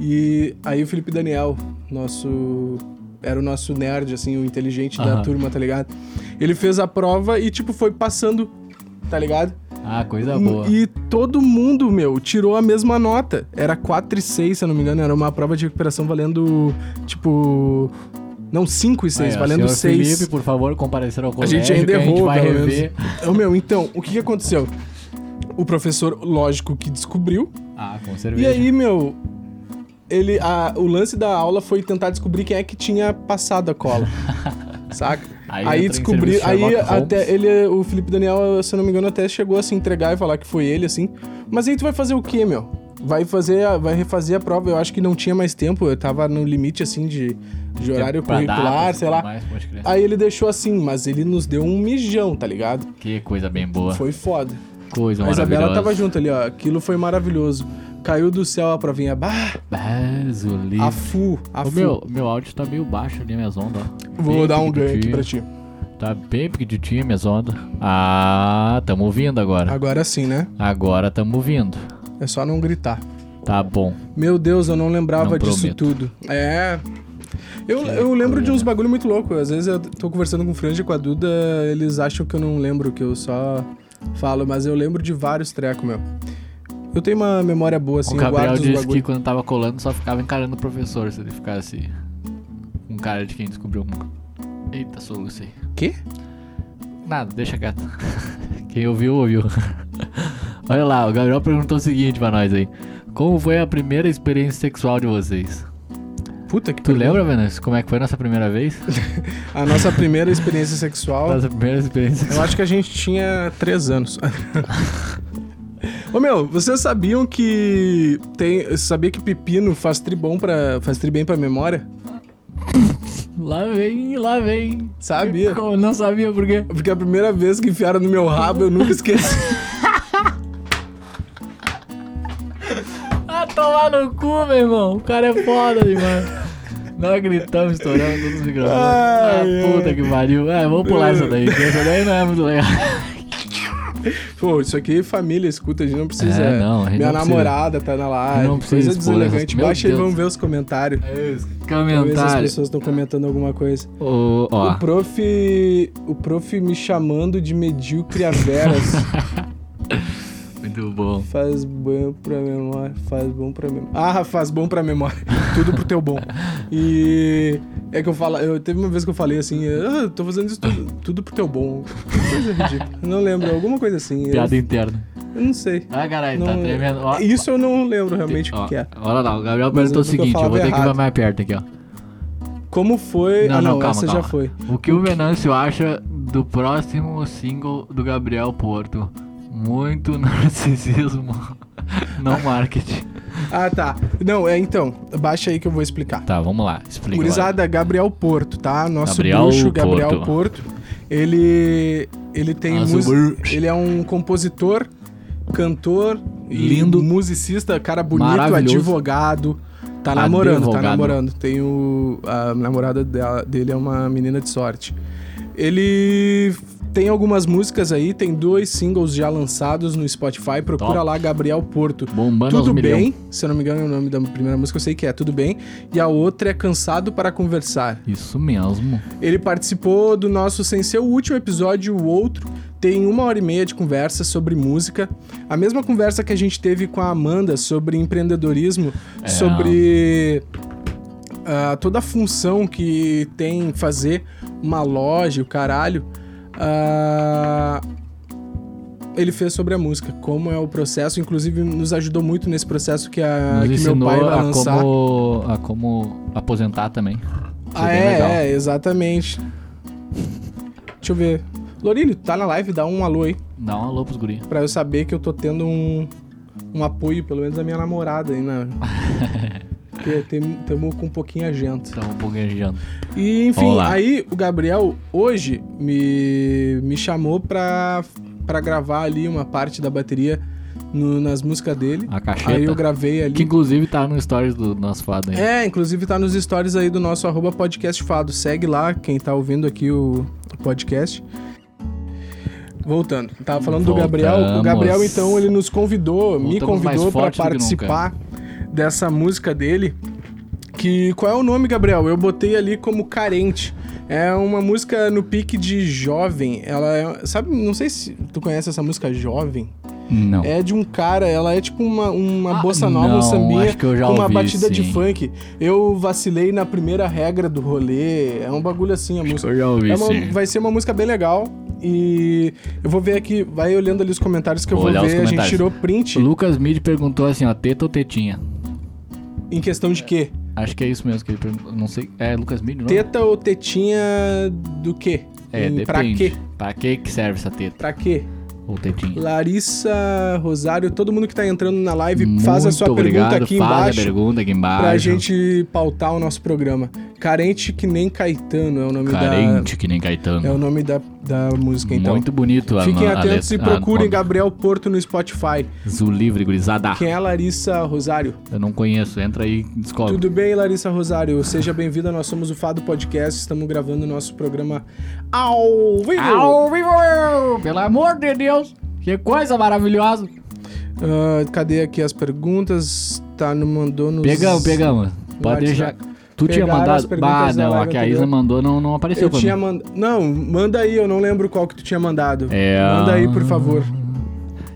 Speaker 2: E aí o Felipe Daniel, nosso. Era o nosso nerd, assim, o inteligente da
Speaker 1: Aham.
Speaker 2: turma, tá ligado? Ele fez a prova e, tipo, foi passando, tá ligado?
Speaker 1: Ah, coisa boa.
Speaker 2: E todo mundo, meu, tirou a mesma nota. Era 4 e 6, se eu não me engano. Era uma prova de recuperação valendo, tipo... Não, 5 e 6,
Speaker 1: Aí, ó,
Speaker 2: valendo
Speaker 1: senhor
Speaker 2: 6.
Speaker 1: Felipe, por favor, comparecer ao
Speaker 2: A
Speaker 1: colégio.
Speaker 2: gente ainda
Speaker 1: que
Speaker 2: errou,
Speaker 1: A gente vai
Speaker 2: pelo menos.
Speaker 1: rever.
Speaker 2: Ô, meu, então, o que, que aconteceu? O professor, lógico, que descobriu.
Speaker 1: Ah, com
Speaker 2: E
Speaker 1: cerveja.
Speaker 2: aí, meu... Ele, a- o lance da aula foi tentar descobrir quem é que tinha passado a cola.
Speaker 1: <laughs>
Speaker 2: saca?
Speaker 1: Aí
Speaker 2: Aí,
Speaker 1: entra em
Speaker 2: descobriu.
Speaker 1: serviço
Speaker 2: Aí
Speaker 1: Sherlock Holmes.
Speaker 2: até ele, o Felipe Daniel, se eu não me engano, até chegou a se entregar e falar que foi ele, assim. Mas aí tu vai fazer o quê, meu? Vai fazer, a- vai refazer a prova. Eu acho que não tinha mais tempo. Eu tava no limite, assim, de, de horário
Speaker 1: Pra assim, datas
Speaker 2: curricular,
Speaker 1: e
Speaker 2: sei
Speaker 1: tudo
Speaker 2: lá.
Speaker 1: mais, pode crer.
Speaker 2: Aí ele deixou assim, mas ele nos deu um mijão, tá ligado?
Speaker 1: Que coisa bem boa.
Speaker 2: Foi foda.
Speaker 1: Coisa
Speaker 2: A Isabela
Speaker 1: maravilhosa.
Speaker 2: tava junto ali, ó. Aquilo foi maravilhoso. Caiu do céu a provinha. Bah,
Speaker 1: Basolino.
Speaker 2: a fu, a
Speaker 1: Ô,
Speaker 2: fu.
Speaker 1: meu, meu áudio tá meio baixo ali, minhas ondas. ó.
Speaker 2: Vou
Speaker 1: Bem
Speaker 2: dar um ganho aqui
Speaker 1: pequitinho.
Speaker 2: pra ti.
Speaker 1: Tá bem pequitinho, minhas ondas. Ah, tamo ouvindo agora.
Speaker 2: Agora sim, né?
Speaker 1: Agora tamo ouvindo.
Speaker 2: É só não gritar.
Speaker 1: Tá bom.
Speaker 2: Meu Deus, eu não lembrava
Speaker 1: Não
Speaker 2: disso
Speaker 1: prometo.
Speaker 2: tudo. É. Eu, eu lembro de uns bagulho muito louco. Às vezes eu tô conversando com o Franja e com a Duda, eles acham que eu não lembro, que eu só falo, mas eu lembro de vários trecos, meu. Eu tenho uma memória boa, assim,
Speaker 1: o
Speaker 2: eu
Speaker 1: Gabriel
Speaker 2: guardo os
Speaker 1: disse que
Speaker 2: bagulho.
Speaker 1: quando tava colando só ficava encarando o professor se ele ficasse um cara de quem descobriu um. Eita, solucei.
Speaker 2: Quê?
Speaker 1: Nada, deixa quieto. <laughs> Quem ouviu, ouviu. <laughs> Olha lá, o Gabriel perguntou o seguinte pra nós aí: Como foi a primeira experiência sexual de vocês?
Speaker 2: Puta que
Speaker 1: Tu
Speaker 2: pariu.
Speaker 1: lembra, Venâncio, como é que foi a nossa primeira vez?
Speaker 2: A nossa primeira
Speaker 1: <laughs>
Speaker 2: experiência sexual.
Speaker 1: Nossa primeira experiência
Speaker 2: Eu
Speaker 1: sexual.
Speaker 2: acho que a gente tinha três anos. <laughs> Ô meu, vocês sabiam que tem, sabia que pepino faz tri bom para faz tri bem para memória?
Speaker 1: Lá vem, lá vem.
Speaker 2: Sabia?
Speaker 1: Como não sabia por quê?
Speaker 2: Porque a primeira vez que enfiaram no meu rabo, eu nunca esqueci.
Speaker 1: <laughs> Ah, tomar no cu, meu irmão. O cara é foda <laughs> demais. Nós gritamos, estouramos todos os microfones. Ah,
Speaker 2: Ai, ai.
Speaker 1: puta que pariu. É, vamos pular essa daí, que essa daí não é muito legal.
Speaker 2: Pô, isso aqui família escuta, a gente não precisa.
Speaker 1: É, não, a gente
Speaker 2: Minha
Speaker 1: não precisa.
Speaker 2: namorada tá na live.
Speaker 1: Não precisa
Speaker 2: coisa
Speaker 1: expor
Speaker 2: deselegante.
Speaker 1: essas- Meu
Speaker 2: Baixa e
Speaker 1: Deus.
Speaker 2: vamos ver os comentários. É Talvez as
Speaker 1: Comentário. Tá.
Speaker 2: pessoas estão comentando alguma coisa.
Speaker 1: Ô, ó.
Speaker 2: O prof. O prof me chamando de medíocre a
Speaker 1: <laughs>
Speaker 2: veras.
Speaker 1: Muito bom.
Speaker 2: faz bom pra memória. Faz bom pra memória. Ah, faz bom pra memória. <laughs> Tudo pro teu bom. E. É que eu falo. Eu, teve uma vez que eu falei assim. Ah, tô fazendo isso tudo, tudo pro teu bom. Que Coisa ridícula. Não lembro. Alguma coisa assim. Eu-
Speaker 1: Piada interna.
Speaker 2: Eu não sei.
Speaker 1: Ah, caralho, tá
Speaker 2: Não-
Speaker 1: tremendo. Ó,
Speaker 2: Isso eu não lembro realmente o
Speaker 1: ó,
Speaker 2: que, que é.
Speaker 1: Olha lá, o Gabriel
Speaker 2: Mas
Speaker 1: perguntou
Speaker 2: eu
Speaker 1: o
Speaker 2: nunca
Speaker 1: seguinte, eu
Speaker 2: falava
Speaker 1: vou ter que ir
Speaker 2: errado.
Speaker 1: mais perto aqui, ó.
Speaker 2: Como foi. ah, não, essa já foi.
Speaker 1: O que o Venâncio acha do próximo single do Gabriel Porto? Muito <laughs> narcisismo, <laughs> não marketing.
Speaker 2: Ah, tá. Não, é então. Baixa aí que eu vou explicar.
Speaker 1: Tá, vamos lá, explica.
Speaker 2: Gurizada, Gabriel Porto, tá? Nosso
Speaker 1: Gabriel
Speaker 2: bruxo, Gabriel
Speaker 1: Porto.
Speaker 2: Porto. Ele. Ele tem.
Speaker 1: Nosso
Speaker 2: música.
Speaker 1: bruxo.
Speaker 2: Ele é um compositor, cantor, e
Speaker 1: Lindo.
Speaker 2: musicista, cara bonito,
Speaker 1: Maravilhoso.
Speaker 2: advogado. Tá namorando,
Speaker 1: Advogado.
Speaker 2: tá namorando. Tem o. A namorada dela- dele é uma menina de sorte. Ele. Tem algumas músicas aí, tem dois singles já lançados no Spotify. Procura
Speaker 1: Top.
Speaker 2: lá Gabriel Porto.
Speaker 1: Bombando aos
Speaker 2: Tudo
Speaker 1: milhão.
Speaker 2: bem, se eu não me engano é o nome da primeira música, eu sei que é Tudo Bem, e a outra é Cansado para Conversar.
Speaker 1: Isso mesmo.
Speaker 2: Ele participou do nosso, sem ser o último episódio, o outro, tem uma hora e meia de conversa sobre música. A mesma conversa que a gente teve com a Amanda sobre empreendedorismo,
Speaker 1: É.
Speaker 2: sobre ah, toda a função que tem fazer uma loja, o caralho. Ah, ele fez sobre a música, como é o processo, inclusive nos ajudou muito nesse processo que, a,
Speaker 1: Nos
Speaker 2: Ah, que meu
Speaker 1: ensinou
Speaker 2: pai vai
Speaker 1: a
Speaker 2: lançar.
Speaker 1: como, a como aposentar também. Isso
Speaker 2: Ah,
Speaker 1: bem
Speaker 2: é,
Speaker 1: legal.
Speaker 2: é, exatamente. Deixa eu ver. Lorine, tu tá na live, dá um alô aí,
Speaker 1: Dá um alô pros guri.
Speaker 2: pra eu saber que eu tô tendo um, um apoio, pelo menos, da minha namorada aí,
Speaker 1: <laughs>
Speaker 2: né? Porque tem- tamo com um pouquinho a gente.
Speaker 1: Tamo um pouquinho agiando.
Speaker 2: E, enfim,
Speaker 1: Olá.
Speaker 2: aí o Gabriel, hoje, me, me chamou pra, pra gravar ali uma parte da bateria no- nas músicas dele.
Speaker 1: A
Speaker 2: Aí eu
Speaker 1: cacheta.
Speaker 2: gravei ali.
Speaker 1: Que inclusive tá no stories do nosso fado aí.
Speaker 2: É, inclusive tá nos stories aí do nosso arroba podcast fado. Segue lá quem tá ouvindo aqui o o podcast. Voltando. Tava falando do
Speaker 1: Voltamos.
Speaker 2: Gabriel. O Gabriel, então, ele nos convidou, me
Speaker 1: Voltamos
Speaker 2: convidou
Speaker 1: mais
Speaker 2: pra
Speaker 1: forte do que
Speaker 2: participar dessa música dele. Que qual é o nome, Gabriel? Eu botei ali como carente. É uma música no pique de jovem. Ela é, sabe, não sei se tu conhece essa música jovem.
Speaker 3: Não.
Speaker 2: É de um cara, ela é tipo uma, uma
Speaker 1: Ah,
Speaker 2: bossa nova, um
Speaker 1: não,
Speaker 2: sambinha
Speaker 1: acho que eu já
Speaker 2: com uma
Speaker 1: ouvi,
Speaker 2: batida de
Speaker 1: sim.
Speaker 2: funk. Eu vacilei na primeira regra do rolê. É um bagulho assim a música.
Speaker 1: Eu já ouvi,
Speaker 2: É uma-
Speaker 1: sim.
Speaker 2: vai ser uma música bem legal. E eu vou ver aqui, vai olhando ali os comentários que eu
Speaker 1: Vou
Speaker 2: vou
Speaker 1: olhar os
Speaker 2: ver. A gente
Speaker 1: comentários.
Speaker 2: tirou print.
Speaker 1: O Lucas Mid perguntou assim, ó, teta ou tetinha?
Speaker 2: Em questão de quê?
Speaker 1: Acho que é isso mesmo que ele perguntou. Não sei. É Lucas Mid, não?
Speaker 2: Teta ou tetinha do quê?
Speaker 1: É,
Speaker 2: Em-
Speaker 1: depende.
Speaker 2: pra quê?
Speaker 1: Pra que que serve essa teta
Speaker 2: Pra quê?
Speaker 1: ou tetinha?
Speaker 2: Larissa, Rosário, todo mundo que tá entrando na live, faz a
Speaker 1: Muito
Speaker 2: sua
Speaker 1: obrigado,
Speaker 2: pergunta aqui
Speaker 1: faz
Speaker 2: embaixo.
Speaker 1: a pergunta aqui embaixo.
Speaker 2: Pra gente pautar o nosso programa. Carente que nem Caetano é o nome
Speaker 1: Carente que nem
Speaker 2: da. É
Speaker 1: Caetano.
Speaker 2: o nome da, da música, então.
Speaker 1: Muito bonito. a-
Speaker 2: Fiquem
Speaker 1: a
Speaker 2: atentos
Speaker 1: letra- ah,
Speaker 2: e procurem
Speaker 1: a-
Speaker 2: Gabriel Porto no Spotify.
Speaker 1: Zu Livre, gurizada.
Speaker 2: Quem é a Larissa Rosário?
Speaker 1: Eu não conheço. Entra aí e descobre.
Speaker 2: Tudo bem, Larissa Rosário? Seja bem-vinda. Nós somos o Fado Podcast. Estamos gravando o nosso programa ao vivo.
Speaker 1: Ao vivo! Pelo amor de Deus! Que coisa maravilhosa!
Speaker 2: Ah, cadê aqui as perguntas? Tá, não mandou nos.
Speaker 1: Pegamos, pegamos. Pode
Speaker 2: WhatsApp.
Speaker 1: deixar. Tu tinha
Speaker 2: Pegaram as
Speaker 1: mandado.
Speaker 2: perguntas
Speaker 1: Bah,
Speaker 2: da
Speaker 1: não, a
Speaker 2: live
Speaker 1: que a
Speaker 2: anterior.
Speaker 1: Isa mandou não, não apareceu
Speaker 2: Eu
Speaker 1: pra
Speaker 2: tinha
Speaker 1: mim.
Speaker 2: mandado. Não, manda aí. Eu não lembro qual que tu tinha mandado.
Speaker 1: É.
Speaker 2: Manda aí, por favor.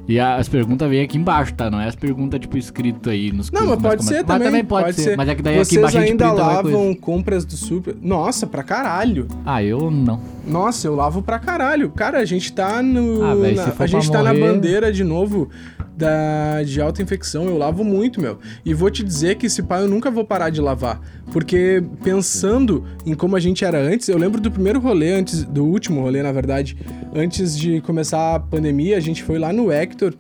Speaker 1: E a- as perguntas vêm aqui embaixo, tá? Não é as perguntas, tipo, escrito aí nos
Speaker 2: Não, mas
Speaker 1: nos
Speaker 2: pode
Speaker 1: comentários.
Speaker 2: ser
Speaker 1: Mas é
Speaker 2: também.
Speaker 1: também pode, ser. Mas é que daí aqui
Speaker 2: Vocês
Speaker 1: embaixo a gente
Speaker 2: ainda
Speaker 1: printa alguma coisa.
Speaker 2: lavam compras do super. Nossa, pra caralho.
Speaker 1: Ah, eu não.
Speaker 2: Nossa, eu lavo pra caralho. Cara, a gente tá no.
Speaker 1: Ah, velho,
Speaker 2: na-
Speaker 1: se for
Speaker 2: a gente
Speaker 1: pra
Speaker 2: tá na
Speaker 1: morrer-
Speaker 2: bandeira de novo da, de alta infecção. Eu lavo muito, meu. E vou te dizer que esse pai eu nunca vou parar de lavar. Porque pensando em como a gente era antes, eu lembro do primeiro rolê, antes. Do último rolê, na verdade. Antes de começar a pandemia, a gente foi lá no Hector.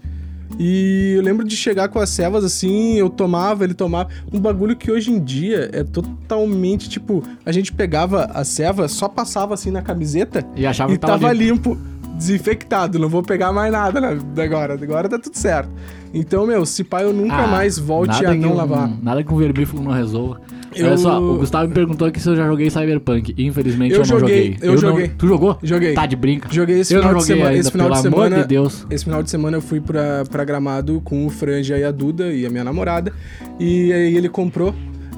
Speaker 2: E eu lembro de chegar com as cevas assim, eu tomava, ele tomava. Um bagulho que hoje em dia é totalmente tipo. A gente pegava a ceva, só passava assim na camiseta
Speaker 1: E achava
Speaker 2: e
Speaker 1: que tava,
Speaker 2: tava, limpo. desinfectado. Não vou pegar mais nada na- da agora. Agora tá tudo certo. Então, meu, se pá, eu nunca
Speaker 1: Ah,
Speaker 2: mais volte
Speaker 1: nada
Speaker 2: a
Speaker 1: que
Speaker 2: não
Speaker 1: um-
Speaker 2: lavar.
Speaker 1: Nada que um vermífugo não resolva.
Speaker 2: Eu-
Speaker 1: Olha só, o Gustavo me perguntou aqui se eu já joguei Cyberpunk. Infelizmente
Speaker 2: Eu
Speaker 1: eu, não
Speaker 2: joguei,
Speaker 1: joguei.
Speaker 2: eu
Speaker 1: não-
Speaker 2: joguei.
Speaker 1: Tu jogou?
Speaker 2: Joguei.
Speaker 1: Tá de brinca.
Speaker 2: Joguei esse
Speaker 1: eu
Speaker 2: final
Speaker 1: não
Speaker 2: de
Speaker 1: joguei
Speaker 2: semana.
Speaker 1: ainda,
Speaker 2: esse final
Speaker 1: pelo
Speaker 2: de
Speaker 1: amor
Speaker 2: semana.
Speaker 1: de Deus.
Speaker 2: Esse final de semana eu fui pra, pra Gramado com o Franja e a Duda e a minha namorada. E aí ele comprou.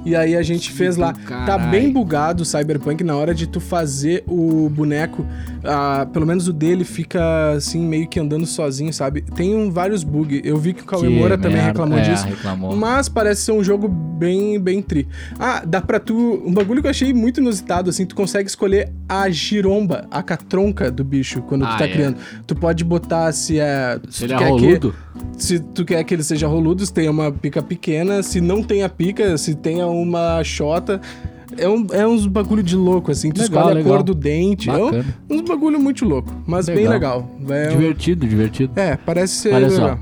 Speaker 2: E aí a gente fez lá. Tá
Speaker 1: carai.
Speaker 2: bem bugado o Cyberpunk na hora de tu fazer o boneco. ah, pelo menos o dele fica assim, meio que andando sozinho, sabe? Tem um, vários bugs. Eu vi que o Cauê
Speaker 1: Que
Speaker 2: Moura também
Speaker 1: merda.
Speaker 2: reclamou
Speaker 1: É,
Speaker 2: disso.
Speaker 1: reclamou.
Speaker 2: Mas parece ser um jogo bem, bem tri. Ah, dá pra tu. Um bagulho que eu achei muito inusitado, assim, tu consegue escolher a giromba, a catronca do bicho quando tu
Speaker 1: Ah,
Speaker 2: tá
Speaker 1: é.
Speaker 2: criando. Tu pode botar se é. Se
Speaker 1: Se ele
Speaker 2: tu
Speaker 1: é
Speaker 2: quer
Speaker 1: roludo,
Speaker 2: Que, se tu quer que ele seja roludo, se tenha uma pica pequena, se não tenha pica, se tenha uma chota. É, um, é uns bagulho de louco, assim. Tu
Speaker 1: Legal,
Speaker 2: escolhe a
Speaker 1: legal.
Speaker 2: cor do dente. É um,
Speaker 1: Bacana.
Speaker 2: uns bagulho muito louco, mas bem legal.
Speaker 1: Legal.
Speaker 2: É, um-
Speaker 1: divertido, divertido.
Speaker 2: é, parece ser
Speaker 1: Olha
Speaker 2: legal.
Speaker 1: só.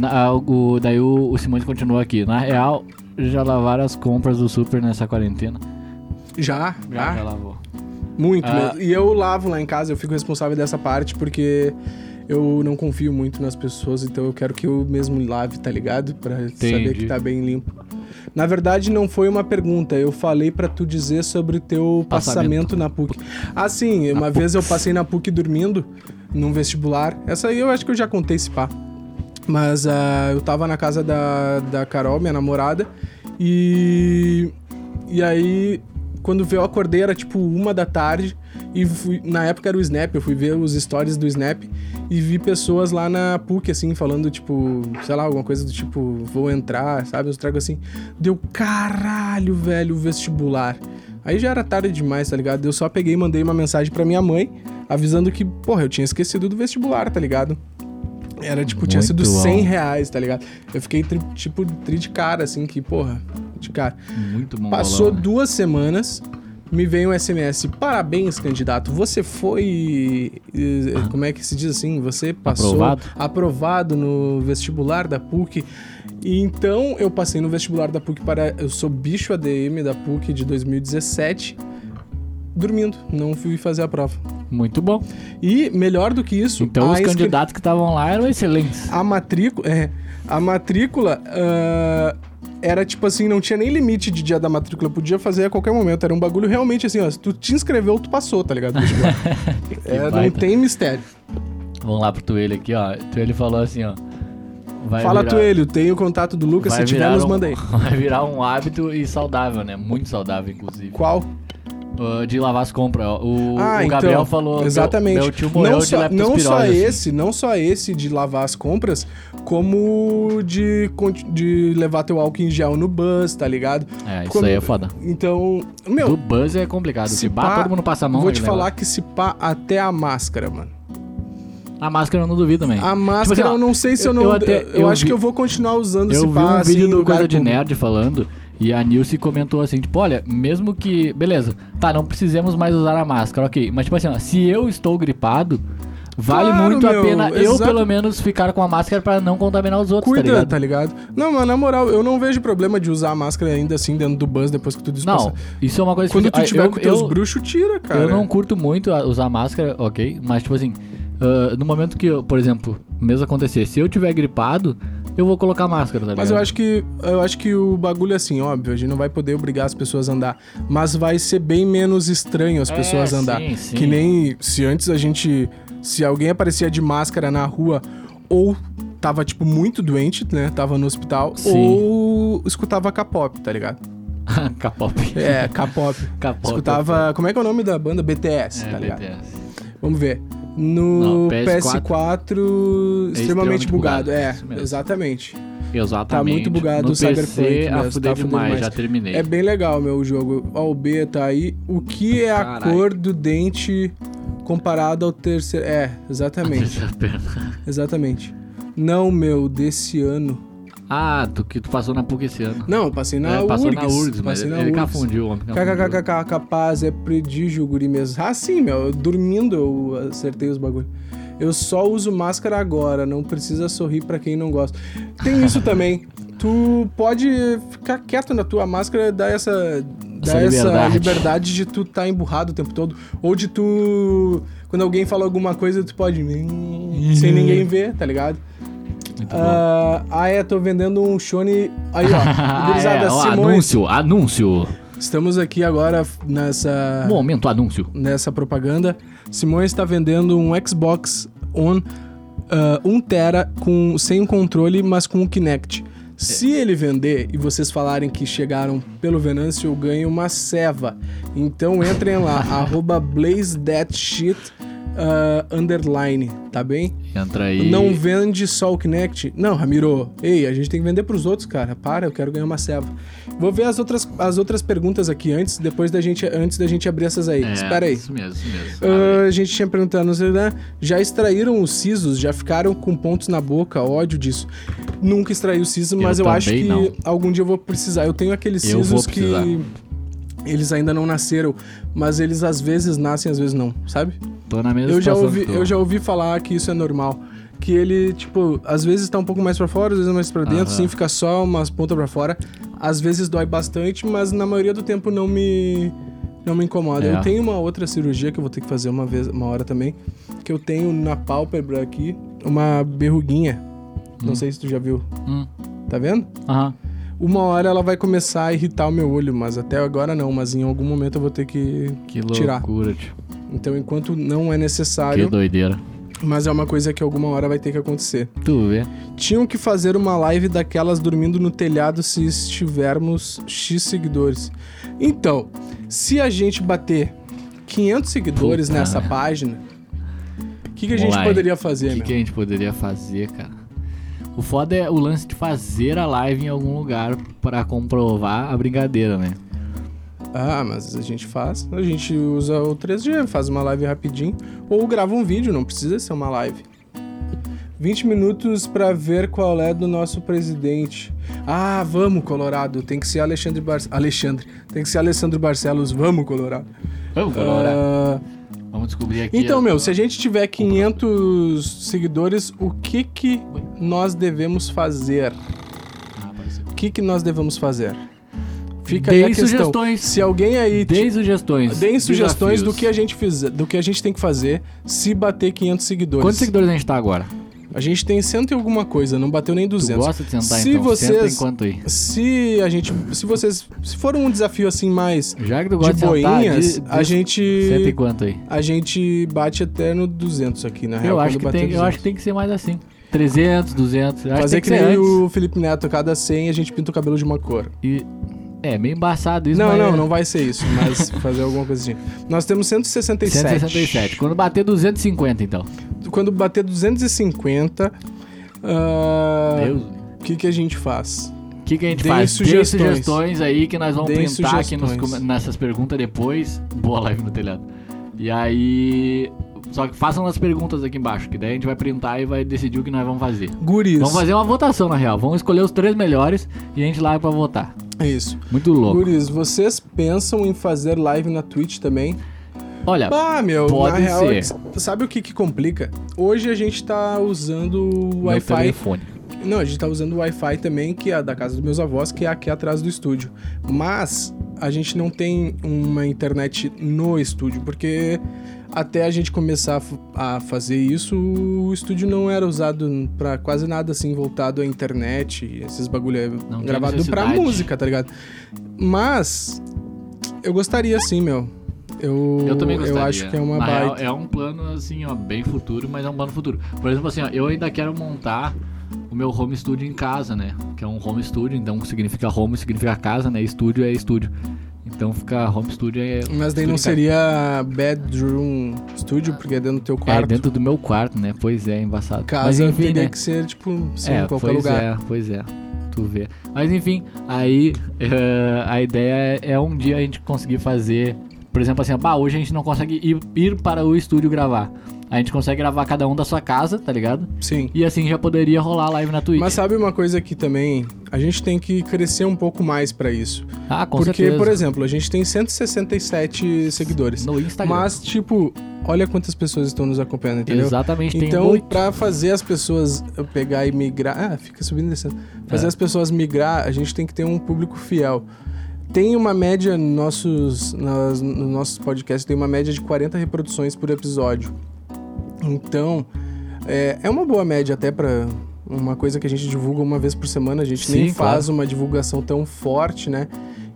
Speaker 1: na- ah, o, daí o, o Simões continua aqui. Na real, já lavaram as compras do Super nessa quarentena.
Speaker 2: Já, Ah?
Speaker 1: Já,
Speaker 2: já.
Speaker 1: já lavou.
Speaker 2: Muito
Speaker 1: Ah.
Speaker 2: mesmo. E eu lavo lá em casa, eu fico responsável dessa parte, porque eu não confio muito nas pessoas, então eu quero que eu mesmo lave, tá ligado? Pra saber que
Speaker 1: Entendi.
Speaker 2: tá bem limpo. Na verdade, não foi uma pergunta. Eu falei pra tu dizer sobre o teu passamento,
Speaker 1: Passamento.
Speaker 2: na PUC. Ah, sim, uma vez eu passei na PUC dormindo, num vestibular. Essa aí eu acho que eu já contei esse pá. Mas ah, eu tava na casa da, da Carol, minha namorada, e. E aí, quando veio, eu acordei, era tipo uma da tarde, e fui- na época era o Snap, eu fui ver os stories do Snap e vi pessoas lá na PUC, assim, falando, tipo, sei lá, alguma coisa do tipo, vou entrar, sabe? Eu trago assim. Deu caralho, velho, o vestibular. Aí já era tarde demais, tá ligado? Eu só peguei e mandei uma mensagem pra minha mãe, avisando que, porra, eu tinha esquecido do vestibular, tá ligado? Era tipo, tinha
Speaker 1: Muito
Speaker 2: sido
Speaker 1: bom.
Speaker 2: 100 reais, tá ligado? Eu fiquei, tri- tipo, tri de cara, assim, que, porra, de cara.
Speaker 1: Muito bom.
Speaker 2: Passou
Speaker 1: bolão, né?
Speaker 2: duas semanas, me veio um SMS. Parabéns, candidato. Você foi. eh, Como é que se diz assim? Você passou.
Speaker 1: Aprovado?
Speaker 2: aprovado no vestibular da PUC. E então eu passei no vestibular da PUC para. Eu sou bicho ADM da PUC de 2017. Dormindo, não fui fazer a prova.
Speaker 1: Muito bom.
Speaker 2: E melhor do que isso,
Speaker 1: Então os
Speaker 2: a inscri-
Speaker 1: candidatos que estavam lá eram excelentes.
Speaker 2: a matrícula. É, a matrícula. ah, era tipo assim, não tinha nem limite de dia da matrícula, podia fazer a qualquer momento. Era um
Speaker 1: <laughs>
Speaker 2: bagulho realmente assim, ó. Se tu te inscreveu, tu passou, tá ligado? Tipo, é, não
Speaker 1: baita.
Speaker 2: tem mistério.
Speaker 1: Vamos lá pro Tuelho aqui, ó. Tuelho falou assim, ó. Vai
Speaker 2: Fala,
Speaker 1: virar-
Speaker 2: Tuelho, tem o contato do Lucas, se
Speaker 1: vai
Speaker 2: tiver,
Speaker 1: virar
Speaker 2: nos
Speaker 1: um-
Speaker 2: manda
Speaker 1: <laughs>
Speaker 2: aí.
Speaker 1: Vai virar um hábito e saudável, né? Muito saudável, inclusive.
Speaker 2: Qual?
Speaker 1: Uh, de lavar as compras. ó. O,
Speaker 2: ah,
Speaker 1: o
Speaker 2: então,
Speaker 1: Gabriel falou.
Speaker 2: exatamente.
Speaker 1: Meu, meu tio morreu
Speaker 2: não
Speaker 1: de
Speaker 2: só, não
Speaker 1: leptospirose.
Speaker 2: só
Speaker 1: assim.
Speaker 2: esse, não só esse de lavar as compras, como de, conti- de levar teu álcool em gel no bus, tá ligado?
Speaker 1: É, isso
Speaker 2: Como-
Speaker 1: aí é foda.
Speaker 2: Então, meu,
Speaker 1: Do buzz é complicado.
Speaker 2: Se
Speaker 1: Se pá,
Speaker 2: pá,
Speaker 1: todo mundo passa a mão.
Speaker 2: vou
Speaker 1: aí,
Speaker 2: te
Speaker 1: né?
Speaker 2: falar que se pá até a máscara, mano.
Speaker 1: A máscara eu não duvido também.
Speaker 2: A máscara,
Speaker 1: Tipo assim, ó,
Speaker 2: eu não sei se eu
Speaker 1: eu-
Speaker 2: não. Eu,
Speaker 1: eu até-
Speaker 2: eu
Speaker 1: eu
Speaker 2: acho
Speaker 1: vi-
Speaker 2: que eu vou continuar usando
Speaker 1: Eu
Speaker 2: se
Speaker 1: vi
Speaker 2: pá,
Speaker 1: um
Speaker 2: assim,
Speaker 1: vídeo
Speaker 2: em
Speaker 1: do
Speaker 2: lugar
Speaker 1: Coisa de
Speaker 2: público.
Speaker 1: Nerd falando e a Nilce comentou assim, tipo, olha, mesmo que... Beleza, tá, não precisamos mais usar a máscara, ok. Mas tipo assim, ó, se eu estou gripado, vale
Speaker 2: Claro,
Speaker 1: muito
Speaker 2: meu,
Speaker 1: a pena eu
Speaker 2: exato.
Speaker 1: pelo menos ficar com a máscara pra não contaminar os outros, tá
Speaker 2: Cuida,
Speaker 1: ligado?
Speaker 2: tá ligado? Não, mas na moral, eu não vejo problema de usar a máscara ainda assim dentro do bus depois que tu
Speaker 1: Não,
Speaker 2: descansa.
Speaker 1: isso é uma coisa
Speaker 2: Quando
Speaker 1: que...
Speaker 2: tu
Speaker 1: ah,
Speaker 2: tiver
Speaker 1: eu,
Speaker 2: com teus
Speaker 1: eu-
Speaker 2: bruxos, tira, cara.
Speaker 1: Eu não curto muito a- usar máscara, ok? Mas, tipo assim, ah, no momento que, eu, por exemplo, mesmo acontecer, se eu tiver gripado, eu vou colocar máscara, tá
Speaker 2: Mas eu
Speaker 1: ligado?
Speaker 2: acho que eu acho que o bagulho é assim, óbvio, a gente não vai poder obrigar as pessoas a andar, mas vai ser bem menos estranho as pessoas
Speaker 1: É, sim,
Speaker 2: andar.
Speaker 1: sim.
Speaker 2: Que nem se antes a gente se alguém aparecia de máscara na rua ou tava tipo muito doente, né? Tava no hospital
Speaker 1: Sim.
Speaker 2: ou escutava K-pop, tá ligado?
Speaker 1: <laughs> K-pop. <laughs>
Speaker 2: É, K-pop.
Speaker 1: K-pop.
Speaker 2: escutava, como é que é o nome da banda? BTS,
Speaker 1: É,
Speaker 2: tá ligado?
Speaker 1: BTS.
Speaker 2: Vamos ver. No
Speaker 1: Não,
Speaker 2: PS4,
Speaker 1: É
Speaker 2: extremamente,
Speaker 1: extremamente
Speaker 2: bugado.
Speaker 1: bugado,
Speaker 2: É,
Speaker 1: isso mesmo.
Speaker 2: exatamente.
Speaker 1: Exatamente.
Speaker 2: Tá muito bugado
Speaker 1: no
Speaker 2: o Cyberpunk
Speaker 1: PC,
Speaker 2: mesmo,
Speaker 1: a fuder
Speaker 2: tá fudendo
Speaker 1: demais,
Speaker 2: demais.
Speaker 1: já terminei.
Speaker 2: É
Speaker 1: <laughs>
Speaker 2: bem legal, meu o jogo. Ó, o B tá aí. O que é a
Speaker 1: Caralho.
Speaker 2: cor do dente comparado ao terceiro. É,
Speaker 1: <laughs>
Speaker 2: exatamente. exatamente. Não, meu, desse ano.
Speaker 1: ah, tu que tu passou na PUC esse ano.
Speaker 2: Não, eu passei na
Speaker 1: É, passou
Speaker 2: URGS.
Speaker 1: na URGS, mas
Speaker 2: passei na
Speaker 1: ele
Speaker 2: URGS.
Speaker 1: confundiu o homem. confundiu.
Speaker 2: KKKK, capaz é prodígio, guri mesmo. Ah, sim, meu. eu Dormindo eu acertei os bagulho. Eu só uso máscara agora, não precisa sorrir pra quem não gosta.
Speaker 1: <laughs>
Speaker 2: Tem isso também. Tu pode ficar quieto na tua máscara, dar essa.
Speaker 1: Essa
Speaker 2: Dá essa
Speaker 1: liberdade.
Speaker 2: liberdade de tu tá emburrado o tempo todo. Ou de tu. Quando alguém fala alguma coisa, tu pode. "Hum", Sem ninguém ver, tá ligado?
Speaker 1: Muito bom.
Speaker 2: Ah, ah, é, tô vendendo um Shone. Aí,
Speaker 1: <laughs>
Speaker 2: ó.
Speaker 1: Ah,
Speaker 2: gurizada,
Speaker 1: é, ó,
Speaker 2: Simões.
Speaker 1: anúncio, anúncio.
Speaker 2: Estamos aqui agora nessa
Speaker 1: Momento, anúncio.
Speaker 2: nessa propaganda. Simões está vendendo um Xbox One 1 tera com sem o controle, mas com o Kinect. Se ele vender e vocês falarem que chegaram pelo Venâncio, eu ganho uma ceva. Então entrem lá, <laughs> arroba blaze that shit, ah, underline, tá bem?
Speaker 1: Entra aí.
Speaker 2: Não vende só o Kinect. Não, Ramiro. Ei, a gente tem que vender pros outros, cara. Para, eu quero ganhar uma ceva. Vou ver as outras, as outras perguntas aqui antes, depois da gente, antes da gente abrir essas aí.
Speaker 1: É,
Speaker 2: Espera aí.
Speaker 1: Isso mesmo, isso mesmo.
Speaker 2: Ah, a gente tinha perguntado, não sei, né? já extraíram os sisos? Já ficaram com pontos na boca? Ódio disso. Nunca extraí o siso,
Speaker 1: Eu
Speaker 2: mas eu, acho
Speaker 1: também
Speaker 2: que
Speaker 1: não.
Speaker 2: algum dia eu vou precisar. Eu tenho aqueles
Speaker 1: Eu vou
Speaker 2: sisos que
Speaker 1: precisar.
Speaker 2: eles ainda não nasceram, mas eles às vezes nascem, às vezes não, sabe?
Speaker 1: Tô na mesma
Speaker 2: Eu já,
Speaker 1: situação
Speaker 2: ouvi,
Speaker 1: que tu.
Speaker 2: eu já ouvi falar que isso é normal. Que ele, tipo, às vezes tá um pouco mais pra fora, às vezes mais pra dentro,
Speaker 1: Aham.
Speaker 2: sim, fica só umas pontas pra fora. Às vezes dói bastante, mas na maioria do tempo não me não me incomoda.
Speaker 1: É.
Speaker 2: Eu tenho uma outra cirurgia que eu vou ter que fazer uma vez, uma hora também, que eu tenho na pálpebra aqui uma berruguinha. Não sei se tu já viu.
Speaker 1: Hum.
Speaker 2: Tá vendo?
Speaker 1: Aham.
Speaker 2: Uma hora ela vai começar a irritar o meu olho, mas até agora não, mas em algum momento eu vou ter que
Speaker 1: Que
Speaker 2: tirar.
Speaker 1: loucura, tio.
Speaker 2: Então, enquanto não é necessário,
Speaker 1: Que doideira.
Speaker 2: mas é uma coisa que alguma hora vai ter que acontecer.
Speaker 1: Tu vê.
Speaker 2: Tinham que fazer uma live daquelas dormindo no telhado se estivermos X seguidores. Então, se a gente bater 500 seguidores
Speaker 1: Puta.
Speaker 2: nessa página, o que, que a gente
Speaker 1: Moleque,
Speaker 2: poderia fazer, né?
Speaker 1: O que,
Speaker 2: meu?
Speaker 1: que a gente poderia fazer, cara? O foda é o lance de fazer a live em algum lugar pra comprovar a brincadeira, né?
Speaker 2: Ah, mas a gente faz. A gente usa o 3G, faz uma live rapidinho. Ou grava um vídeo, não precisa ser uma live. 20 minutos pra ver qual é do nosso presidente. Ah, vamos, Colorado. Tem que ser Alexandre Barcelos. Alexandre. Tem que ser Alessandro Barcelos. Vamos, Colorado.
Speaker 1: Vamos, Colorado.
Speaker 2: Ah,
Speaker 1: Vamos descobrir aqui.
Speaker 2: então,
Speaker 1: a-
Speaker 2: meu, se a gente tiver 500 seguidores, o que que nós devemos fazer?
Speaker 1: Ah, apareceu.
Speaker 2: O que que nós devemos fazer? Fica aí
Speaker 1: Deem
Speaker 2: a questão.
Speaker 1: sugestões.
Speaker 2: Se alguém aí
Speaker 1: Deem sugestões.
Speaker 2: Deem sugestões do
Speaker 1: desafios.
Speaker 2: que, a gente fiz, do que a gente tem que fazer se bater 500 seguidores.
Speaker 1: Quantos seguidores a gente tá agora?
Speaker 2: A gente tem cento e alguma coisa, não bateu nem
Speaker 1: Tu
Speaker 2: 200.
Speaker 1: gosta de sentar,
Speaker 2: Se
Speaker 1: então? Senta
Speaker 2: vocês-
Speaker 1: enquanto aí.
Speaker 2: Se a gente, se vocês, se for um desafio assim mais
Speaker 1: Já que tu
Speaker 2: de
Speaker 1: gosta de, sentar,
Speaker 2: boinhas,
Speaker 1: diz- diz-
Speaker 2: a
Speaker 1: senta
Speaker 2: gente
Speaker 1: enquanto aí.
Speaker 2: a gente bate até no 200 aqui, na real.
Speaker 1: Eu acho,
Speaker 2: quando
Speaker 1: que
Speaker 2: bater
Speaker 1: tem, eu
Speaker 2: 200.
Speaker 1: acho que tem que ser mais assim. 300, 200. eu Acho
Speaker 2: Fazer
Speaker 1: que
Speaker 2: que,
Speaker 1: tem que ser
Speaker 2: nem
Speaker 1: antes.
Speaker 2: o Felipe Neto, cada 100 a gente pinta o cabelo de uma cor.
Speaker 1: E- é, meio embaçado isso,
Speaker 2: Não,
Speaker 1: mas é
Speaker 2: não, não vai ser isso,
Speaker 1: <laughs>
Speaker 2: mas fazer alguma coisa assim. Nós temos 167.
Speaker 1: 167. Quando bater 250, então.
Speaker 2: Quando bater 250, ah,
Speaker 1: Deus.
Speaker 2: o que, que a gente faz?
Speaker 1: O que, que a gente
Speaker 2: Deem
Speaker 1: faz?
Speaker 2: sugestões.
Speaker 1: Tem sugestões aí que nós vamos
Speaker 2: Deem
Speaker 1: pintar aqui nos
Speaker 2: sugestões.
Speaker 1: com- nessas perguntas depois. Boa live no telhado. E aí. Só que façam as perguntas aqui embaixo, que daí a gente vai printar e vai decidir o que nós vamos fazer.
Speaker 2: Guris.
Speaker 1: Vamos fazer uma votação, na real. Vamos escolher os três melhores e a gente larga pra votar.
Speaker 2: Isso.
Speaker 1: Muito louco.
Speaker 2: Guris, vocês pensam em fazer live na Twitch também?
Speaker 1: Olha,
Speaker 2: Ah, meu,
Speaker 1: Pode
Speaker 2: na real,
Speaker 1: ser.
Speaker 2: s- sabe o que, que complica? Hoje a gente tá usando o
Speaker 1: meu
Speaker 2: Wi-Fi.
Speaker 1: telefone.
Speaker 2: Não, a gente tá usando o Wi-Fi também, que é da casa dos meus avós, que é aqui atrás do estúdio. Mas a gente não tem uma internet no estúdio, porque até a gente começar a f- a fazer isso, o estúdio não era usado pra quase nada assim voltado à internet, e esses bagulho aí,
Speaker 1: Não tem
Speaker 2: gravado pra
Speaker 1: necessidade.
Speaker 2: música, tá ligado? Mas eu gostaria sim, meu. Eu,
Speaker 1: Eu também gostaria.
Speaker 2: Eu acho que é uma
Speaker 1: Na real,
Speaker 2: baita.
Speaker 1: é um plano, assim, ó, bem futuro, mas é um plano futuro. Por exemplo, assim, ó, eu ainda quero montar o meu home studio em casa, né? Que é um home studio, então significa home, significa casa, né? Estúdio é estúdio. Então fica home studio é...
Speaker 2: Mas daí
Speaker 1: estúdio
Speaker 2: não
Speaker 1: em
Speaker 2: seria bedroom estúdio, porque é dentro do teu
Speaker 1: casa.
Speaker 2: quarto.
Speaker 1: É dentro do meu quarto, né? Pois é, embaçado. mas
Speaker 2: Casa
Speaker 1: enfim,
Speaker 2: teria
Speaker 1: né?
Speaker 2: que ser, tipo, sim,
Speaker 1: é,
Speaker 2: em qualquer
Speaker 1: pois
Speaker 2: lugar.
Speaker 1: é, pois é. Tu vê. Mas enfim, aí <laughs> eh, a ideia é, é um dia a gente conseguir fazer. Por exemplo, assim, ó, bah, hoje a gente não consegue ir, ir para o estúdio gravar. A gente consegue gravar cada um da sua casa, tá ligado?
Speaker 2: Sim.
Speaker 1: E assim já poderia rolar a live na Twitch.
Speaker 2: Mas sabe uma coisa que também a gente tem que crescer um pouco mais pra isso.
Speaker 1: ah, com
Speaker 2: Porque,
Speaker 1: certeza.
Speaker 2: por exemplo, a gente tem 167 seguidores.
Speaker 1: no Instagram.
Speaker 2: Mas, tipo, olha quantas pessoas estão nos acompanhando, entendeu?
Speaker 1: Exatamente, tem
Speaker 2: Então,
Speaker 1: oito.
Speaker 2: pra fazer as pessoas pegar e migrar. Ah, fica subindo e descendo. Fazer
Speaker 1: É.
Speaker 2: as pessoas migrar, a gente tem que ter um público fiel. Tem uma média, nossos, nas, nos nossos podcasts, tem uma média de 40 reproduções por episódio. Então, é, é uma boa média até pra uma coisa que a gente divulga uma vez por semana. A gente nem
Speaker 1: Sim,
Speaker 2: faz uma divulgação tão forte, né?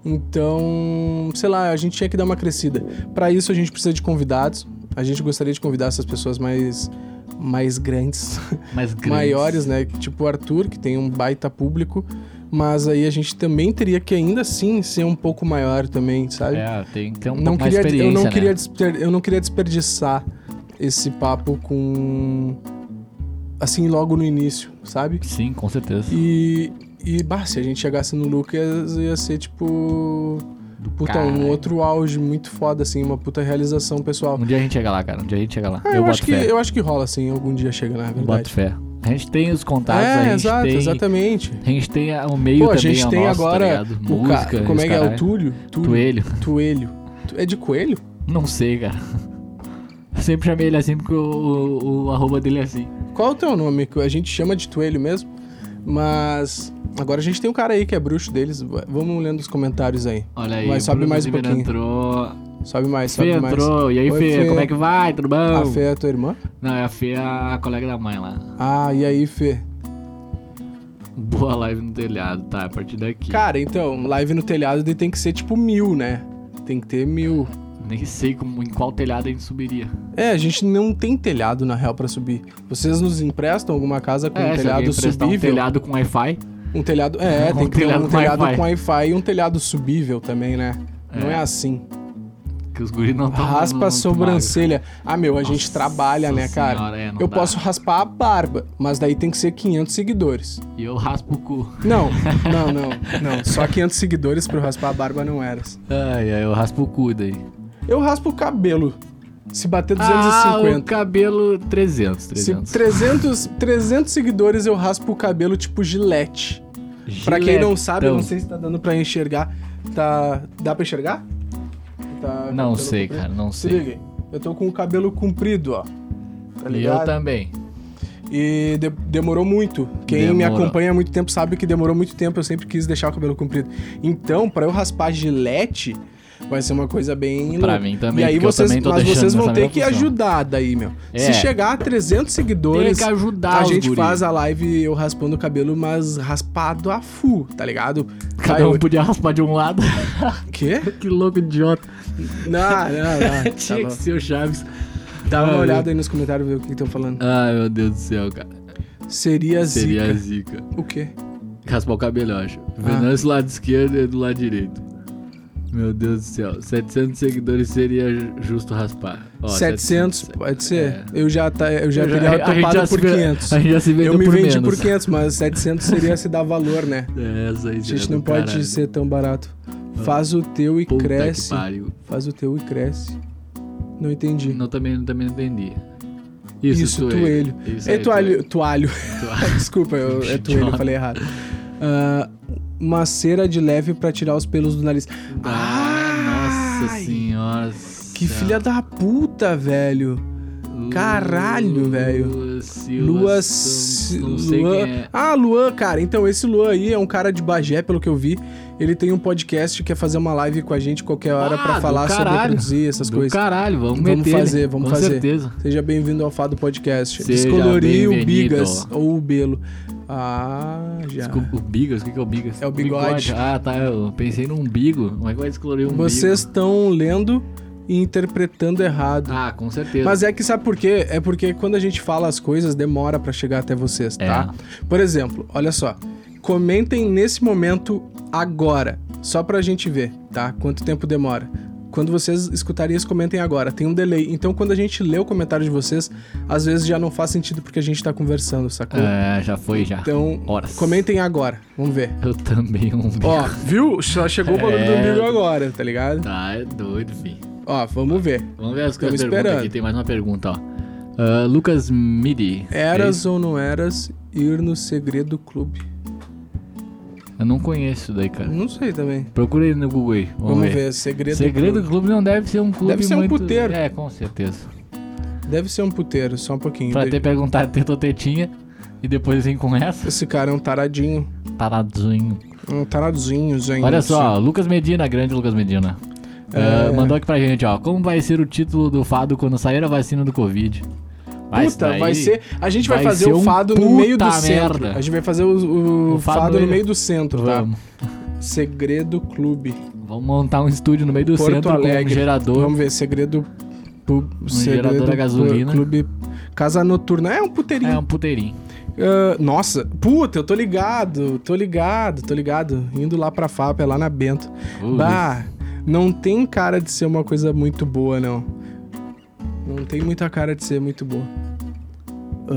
Speaker 2: Então, sei lá, a gente tinha que dar uma crescida. Pra isso a gente precisa de convidados. A gente gostaria de convidar essas pessoas mais mais grandes, <laughs>
Speaker 1: Mas grandes.
Speaker 2: maiores, né? Tipo o Arthur, que tem um baita público, mas aí a gente também teria que ainda assim ser um pouco maior também, sabe?
Speaker 1: É, tem que ter um
Speaker 2: não
Speaker 1: pouco mais
Speaker 2: queria, eu
Speaker 1: experiência,
Speaker 2: não
Speaker 1: né?
Speaker 2: queria desper- eu não queria desperdiçar esse papo com assim logo no início, sabe?
Speaker 1: Sim, com certeza.
Speaker 2: E, e bah, se a gente chegasse no Lucas, ia ser tipo. Puta,
Speaker 1: caralho.
Speaker 2: um outro auge muito foda, assim, uma puta realização pessoal.
Speaker 1: Um dia a gente chega lá, cara. Um dia a gente chega lá.
Speaker 2: Ah,
Speaker 1: eu,
Speaker 2: eu,
Speaker 1: boto
Speaker 2: acho que,
Speaker 1: fé.
Speaker 2: eu acho que rola, assim, algum dia chega, na
Speaker 1: Eu boto
Speaker 2: verdade.
Speaker 1: fé. A gente tem os contatos, a
Speaker 2: É,
Speaker 1: gente
Speaker 2: exato,
Speaker 1: tem...
Speaker 2: exatamente.
Speaker 1: A gente tem a- o meio
Speaker 2: Pô, a
Speaker 1: também,
Speaker 2: gente
Speaker 1: é
Speaker 2: tem
Speaker 1: nosso, tá
Speaker 2: agora
Speaker 1: ligado?
Speaker 2: o ca-
Speaker 1: Música,
Speaker 2: Como é que é? O
Speaker 1: caralho.
Speaker 2: Túlio?
Speaker 1: Tuelho?
Speaker 2: Tuelho. Tu- É de coelho?
Speaker 1: Não sei, cara. <laughs> Eu sempre chamei ele assim porque o, o, o arroba dele é assim.
Speaker 2: Qual é o teu nome? Que a gente chama de Tuelho mesmo. Mas agora a gente tem um cara aí que é bruxo deles. Va- Vamos lendo os comentários aí.
Speaker 1: Olha aí,
Speaker 2: Vai, sobe
Speaker 1: Bruno
Speaker 2: mais um
Speaker 1: Zimmer
Speaker 2: pouquinho.
Speaker 1: entrou.
Speaker 2: Sobe mais,
Speaker 1: Fê
Speaker 2: sobe mais.
Speaker 1: entrou. E aí,
Speaker 2: Oi,
Speaker 1: Fê,
Speaker 2: Fê.
Speaker 1: como é que vai? Tudo bom?
Speaker 2: A Fê é a tua irmã?
Speaker 1: Não, é a Fê, a colega da mãe lá.
Speaker 2: Ah, e aí, Fê?
Speaker 1: Boa live no telhado, tá? A partir daqui.
Speaker 2: Cara, então, live no telhado daí tem que ser tipo mil, né? Tem que ter mil.
Speaker 1: Nem sei como, em qual telhado a gente subiria.
Speaker 2: É, a gente não tem telhado, na real, pra subir. Vocês nos emprestam alguma casa com um
Speaker 1: é, se alguém
Speaker 2: telhado
Speaker 1: emprestar um
Speaker 2: subível?
Speaker 1: telhado com Wi-Fi,
Speaker 2: Um telhado.
Speaker 1: <laughs>
Speaker 2: É,
Speaker 1: Um
Speaker 2: tem que ter
Speaker 1: telhado
Speaker 2: um
Speaker 1: com
Speaker 2: telhado
Speaker 1: Wi-Fi.
Speaker 2: com Wi-Fi e um telhado subível também, né? Não
Speaker 1: É.
Speaker 2: é assim.
Speaker 1: que os guris não estão...
Speaker 2: Raspa a sobrancelha. Ah, meu, a gente trabalha, né, cara?
Speaker 1: Senhora, é, não
Speaker 2: eu
Speaker 1: dá.
Speaker 2: posso raspar a barba, mas daí tem que ser 500 seguidores.
Speaker 1: E eu raspo o cu. <laughs>
Speaker 2: Não, não, não, não. Só 500 seguidores pra eu raspar a barba não era.
Speaker 1: Ai, ai, eu raspo o cu daí.
Speaker 2: Eu raspo o cabelo. Se bater
Speaker 1: Ah, o
Speaker 2: 250.
Speaker 1: cabelo 300,
Speaker 2: Se
Speaker 1: 300.
Speaker 2: 300, 300 seguidores, eu raspo o cabelo tipo gilete. Pra quem não sabe, eu não sei se tá dando pra enxergar. Tá. Dá pra enxergar? Tá
Speaker 1: Não
Speaker 2: cabelo
Speaker 1: sei,
Speaker 2: comprido?
Speaker 1: cara, não
Speaker 2: Se
Speaker 1: sei.
Speaker 2: liga, aí. eu tô com o cabelo comprido, ó. Tá
Speaker 1: e eu
Speaker 2: ligado?
Speaker 1: também.
Speaker 2: E de- demorou muito. Quem me
Speaker 1: Demorou.
Speaker 2: acompanha há muito tempo sabe que demorou muito tempo. Eu sempre quis deixar o cabelo comprido. Então, pra eu raspar gilete, Vai ser uma coisa bem.
Speaker 3: Pra
Speaker 2: louca.
Speaker 3: mim também,
Speaker 2: E aí
Speaker 3: porque eu
Speaker 2: vocês,
Speaker 3: também tô
Speaker 2: mas
Speaker 3: deixando
Speaker 2: vocês vão
Speaker 3: nessa
Speaker 2: ter
Speaker 3: mesma
Speaker 2: que
Speaker 3: função.
Speaker 2: ajudar daí, meu.
Speaker 3: É.
Speaker 2: Se chegar a 300
Speaker 1: Tem
Speaker 2: seguidores,
Speaker 1: que ajudar
Speaker 2: a
Speaker 1: os
Speaker 2: gente
Speaker 1: guri.
Speaker 2: faz a live eu raspando o cabelo, mas raspado a full, tá ligado? Vai,
Speaker 1: Cada um
Speaker 2: eu-
Speaker 1: podia raspar de um lado. <laughs>
Speaker 2: Quê?
Speaker 1: que louco idiota.
Speaker 2: Não, não, não.
Speaker 1: <laughs> Tinha
Speaker 2: Tá
Speaker 1: que
Speaker 2: bom.
Speaker 1: ser o Chaves.
Speaker 2: Dá uma
Speaker 1: Ah,
Speaker 2: olhada aí nos comentários ver o que estão falando.
Speaker 1: Ai, meu Deus do céu, cara.
Speaker 2: Seria,
Speaker 1: Seria
Speaker 2: zica.
Speaker 1: zica.
Speaker 2: O quê?
Speaker 1: Raspar o cabelo, eu
Speaker 2: Ah.
Speaker 1: acho. Venâncio do lado esquerdo e do lado direito. Meu Deus do céu. 700 seguidores seria ju- justo raspar. Ó, É.
Speaker 2: 700, pode ser? Eu já, tá, eu já
Speaker 1: Eu
Speaker 2: teria
Speaker 1: a gente
Speaker 2: topado
Speaker 1: já se
Speaker 2: por
Speaker 1: ve-
Speaker 2: 500.
Speaker 1: A gente já se vendeu
Speaker 2: Eu me
Speaker 1: por
Speaker 2: vendi
Speaker 1: menos.
Speaker 2: por 500, mas 700 seria se dar valor, né?
Speaker 1: É, essa aí
Speaker 2: A
Speaker 1: seria
Speaker 2: gente não
Speaker 1: do
Speaker 2: pode
Speaker 1: caralho. Ah,
Speaker 2: ser tão barato. Faz o teu e
Speaker 1: Puta
Speaker 2: cresce.
Speaker 1: que pariu.
Speaker 2: Faz o teu e cresce. Não entendi.
Speaker 1: Não, também, também não entendi.
Speaker 2: Isso, toelho.
Speaker 1: Isso
Speaker 2: É
Speaker 1: aí,
Speaker 2: toalho. Toalho.
Speaker 1: Toalho.
Speaker 2: <laughs> Desculpa, eu, é toelho, eu falei errado. Ah, uma cera de leve pra tirar os pelos do nariz.
Speaker 1: Ah, nossa
Speaker 2: Ai,
Speaker 1: senhora.
Speaker 2: Que filha da puta, velho. caralho, velho. Lua.
Speaker 1: Luas. Não sei
Speaker 2: Luan.
Speaker 1: quem é.
Speaker 2: Ah, Luan, cara. Então, esse Luan aí é um cara de Bagé, pelo que eu vi. Ele tem um podcast, quer fazer uma live com a gente qualquer hora
Speaker 1: Ah,
Speaker 2: pra
Speaker 1: do
Speaker 2: falar sobre
Speaker 1: caralho.
Speaker 2: produzir essas
Speaker 1: Do
Speaker 2: coisas.
Speaker 1: Caralho, vamos,
Speaker 2: Vamos
Speaker 1: meter ele,
Speaker 2: fazer, vamos
Speaker 1: com
Speaker 2: fazer.
Speaker 1: certeza.
Speaker 2: Seja bem-vindo ao Fado Podcast.
Speaker 1: Seja
Speaker 2: Descolorir o
Speaker 1: bem-vindo.
Speaker 2: Bigas ou o Belo. Ah, já.
Speaker 1: Desculpa, o Bigas? O que que é o Bigas?
Speaker 2: É o bigode.
Speaker 1: Ah, tá. Eu pensei num umbigo. Como é que vai descolorir um
Speaker 2: Vocês estão lendo e interpretando errado.
Speaker 1: Ah, com certeza.
Speaker 2: Mas é que sabe por quê? É porque quando a gente fala as coisas, demora pra chegar até vocês,
Speaker 1: É.
Speaker 2: tá? Por exemplo, olha só. Comentem nesse momento agora, só pra gente ver, tá? Quanto tempo demora. Quando vocês escutarem isso, comentem agora. Tem um delay. Então, quando a gente lê o comentário de vocês, às vezes já não faz sentido porque a gente tá conversando, sacou?
Speaker 1: É, já foi, já.
Speaker 2: Então,
Speaker 1: Horas.
Speaker 2: comentem agora. Vamos ver.
Speaker 1: Eu também um umbigo.
Speaker 2: Ó, viu? Só chegou o bagulho do
Speaker 1: É.
Speaker 2: umbigo agora, tá ligado?
Speaker 1: Tá, é doido, fi.
Speaker 2: Ó, vamos ver.
Speaker 1: Vamos ver as
Speaker 2: Tamo
Speaker 1: coisas perguntas
Speaker 2: esperando.
Speaker 1: aqui. Tem mais uma pergunta, ó. Ah, Lucas Midi. É
Speaker 2: Eras
Speaker 1: isso?
Speaker 2: ou não eras ir no segredo clube?
Speaker 1: Eu não conheço isso daí, cara.
Speaker 2: Não sei também.
Speaker 1: Procura ele no Google aí. Vamos,
Speaker 2: Vamos
Speaker 1: ver.
Speaker 2: ver. Segredo,
Speaker 1: Segredo
Speaker 2: Clube.
Speaker 1: do Clube não deve ser um clube
Speaker 2: Deve ser um
Speaker 1: muito...
Speaker 2: puteiro.
Speaker 1: É, com certeza.
Speaker 2: Deve ser um puteiro, só um pouquinho.
Speaker 1: Pra
Speaker 2: De-
Speaker 1: ter perguntado <laughs> teta ou tetinha e depois vem com essa.
Speaker 2: Esse cara é um taradinho.
Speaker 1: Taradinho.
Speaker 2: Um taradozinho, gente.
Speaker 1: Olha só, Lucas Medina, grande Lucas Medina.
Speaker 2: É.
Speaker 1: Ah, mandou aqui pra gente, ó. Como vai ser o título do fado quando sair a vacina do Covid? Vai, isso
Speaker 2: Puta,
Speaker 1: daí-
Speaker 2: vai ser. A gente vai,
Speaker 1: vai
Speaker 2: fazer
Speaker 1: ser
Speaker 2: o
Speaker 1: um
Speaker 2: fado no meio do
Speaker 1: puta
Speaker 2: centro.
Speaker 1: merda.
Speaker 2: A gente vai fazer o, o
Speaker 1: O
Speaker 2: fado,
Speaker 1: fado
Speaker 2: no
Speaker 1: aí.
Speaker 2: meio do centro, tá?
Speaker 1: Vamos,
Speaker 2: Segredo Clube.
Speaker 1: vamos montar um estúdio no meio do
Speaker 2: Porto
Speaker 1: centro com
Speaker 2: Alegre.
Speaker 1: um gerador.
Speaker 2: Vamos ver. Segredo. Pub,
Speaker 1: gerador a
Speaker 2: Pu-
Speaker 1: gasolina.
Speaker 2: Clube. Casa noturna. É um puteirinho.
Speaker 1: É um puteirinho.
Speaker 2: Ah, nossa, puta, eu tô ligado, tô ligado, tô ligado. Indo lá pra FAP, é lá na Bento.
Speaker 1: Uh,
Speaker 2: Bah, não tem cara de ser uma coisa muito boa, não. Não tem muita cara de ser muito boa.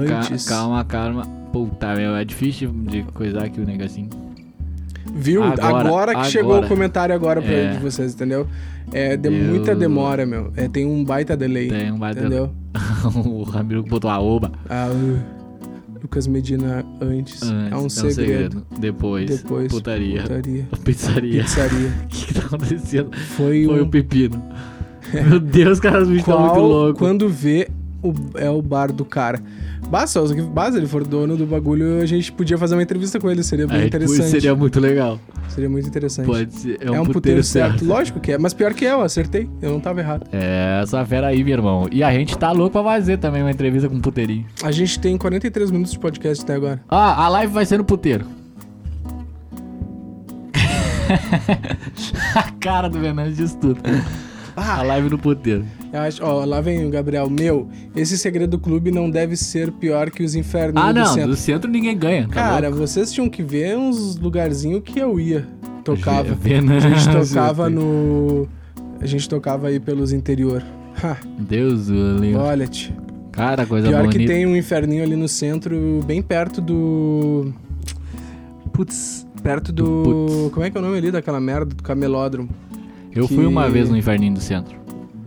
Speaker 1: ca-
Speaker 2: Antes.
Speaker 1: calma, calma. Puta, meu, é difícil de coisar aqui o negocinho.
Speaker 2: Viu? Agora,
Speaker 1: Agora,
Speaker 2: que
Speaker 1: agora.
Speaker 2: chegou o comentário agora pra
Speaker 1: É.
Speaker 2: de vocês, entendeu? É, de
Speaker 1: Eu-
Speaker 2: muita demora, meu. É, tem um baita delay.
Speaker 1: Tem um baita...
Speaker 2: Entendeu?
Speaker 1: <laughs> o Ramiro botou a oba.
Speaker 2: Ah, uh, Lucas Medina antes.
Speaker 1: Antes,
Speaker 2: é um segredo.
Speaker 1: Depois,
Speaker 2: Depois,
Speaker 1: putaria.
Speaker 2: Putaria.
Speaker 1: <laughs> Pizzaria.
Speaker 2: Pizzaria.
Speaker 1: O que, que tá acontecendo?
Speaker 2: Foi,
Speaker 1: <laughs> Foi
Speaker 2: um
Speaker 1: o pepino. Meu Deus, cara, os bichos estão
Speaker 2: Qual,
Speaker 1: muito loucos.
Speaker 2: quando vê, o- é o bar do cara. Basta, se basta ele for dono do bagulho, a gente podia fazer uma entrevista com ele, seria bem
Speaker 1: Aí, putz,
Speaker 2: é interessante. Seria...
Speaker 1: É, tipo, Seria muito legal.
Speaker 2: muito interessante.
Speaker 1: Pode ser. É um,
Speaker 2: é um
Speaker 1: puteiro, certo.
Speaker 2: Lógico que é, mas pior que eu, acertei. Eu não tava errado.
Speaker 1: É, essa fera aí, meu irmão. E a gente tá louco pra fazer também uma entrevista com o puteirinho.
Speaker 2: A gente tem 43 minutos de podcast até agora.
Speaker 1: Ah, a live vai ser no puteiro. <laughs> a cara do Venâncio diz tudo.
Speaker 2: Ah,
Speaker 1: A live no puteiro.
Speaker 2: Eu acho, ó, lá vem o Gabriel. Meu, esse segredo do clube não deve ser pior que os infernos
Speaker 1: Ah,
Speaker 2: do
Speaker 1: não.
Speaker 2: centro.
Speaker 1: Do centro ninguém ganha. tá
Speaker 2: Cara,
Speaker 1: louco?
Speaker 2: vocês tinham que ver uns lugarzinhos que eu ia.
Speaker 1: é
Speaker 2: Tocava.
Speaker 1: Venâncio. <laughs>
Speaker 2: A gente tocava no. A gente tocava aí pelos interior. Ha,
Speaker 1: Deus, do livro.
Speaker 2: olha-te.
Speaker 1: Cara, coisa
Speaker 2: Pior
Speaker 1: bonita.
Speaker 2: que tem um inferninho ali no centro, bem perto do. Putz, perto do.
Speaker 1: putz.
Speaker 2: Como é que é o nome ali daquela merda? Do camelódromo.
Speaker 1: Eu
Speaker 2: que-
Speaker 1: fui uma vez no inferninho do centro.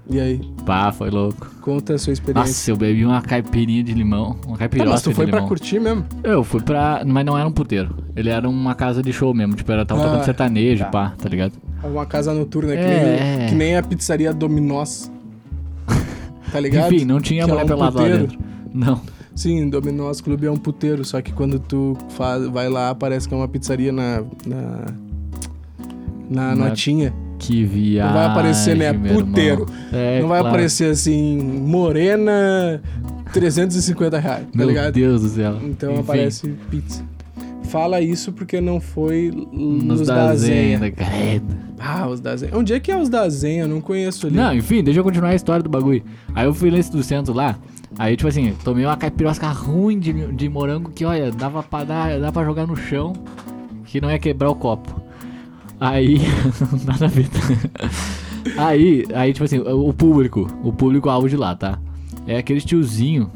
Speaker 2: E aí?
Speaker 1: Pá, foi louco.
Speaker 2: Conta a sua experiência.
Speaker 1: Nossa, eu bebi uma caipirinha de limão. Uma
Speaker 2: Tá,
Speaker 1: caipirota
Speaker 2: mas tu foi
Speaker 1: de
Speaker 2: pra
Speaker 1: limão.
Speaker 2: curtir mesmo?
Speaker 1: Eu fui pra. Mas não era um puteiro. Ele era uma casa de show mesmo. Tipo, era tava
Speaker 2: Ah,
Speaker 1: tocando sertanejo, pá, tá ligado?
Speaker 2: Uma casa noturna, que,
Speaker 1: É.
Speaker 2: nem, que nem a
Speaker 1: <laughs>
Speaker 2: pizzaria Dominós. Tá ligado?
Speaker 1: Enfim, não tinha
Speaker 2: Que é
Speaker 1: mulher
Speaker 2: um
Speaker 1: pelada lá
Speaker 2: puteiro.
Speaker 1: dentro. Não.
Speaker 2: Sim, Dominós Clube é um puteiro, só que quando tu faz, vai lá, parece que é uma pizzaria na. na, na
Speaker 1: Na-
Speaker 2: notinha.
Speaker 1: Que viagem.
Speaker 2: vai aparecer, né,
Speaker 1: meu irmão.
Speaker 2: puteiro.
Speaker 1: É,
Speaker 2: não vai
Speaker 1: claro.
Speaker 2: aparecer assim, morena, 350 reais, tá
Speaker 1: Meu
Speaker 2: ligado?
Speaker 1: Deus do céu.
Speaker 2: Então
Speaker 1: Enfim,
Speaker 2: aparece pizza. Fala isso porque não foi l-
Speaker 1: Nos,
Speaker 2: nos
Speaker 1: dá
Speaker 2: da
Speaker 1: zenha,
Speaker 2: Zenha.
Speaker 1: né, credo.
Speaker 2: Ah, os da Zenha. Onde é que é os da Zenha? Eu não conheço ali.
Speaker 1: Não, enfim, deixa eu continuar a história do bagulho. Aí eu fui nesse do centro lá. Aí, tipo assim, tomei uma caipirosca ruim de, de morango que, olha, dava pra, dar, dava pra jogar no chão, que não ia quebrar o copo. Aí, <laughs> nada a ver. aí, aí, tipo assim, o público, o público alvo de lá, tá? É aquele tiozinho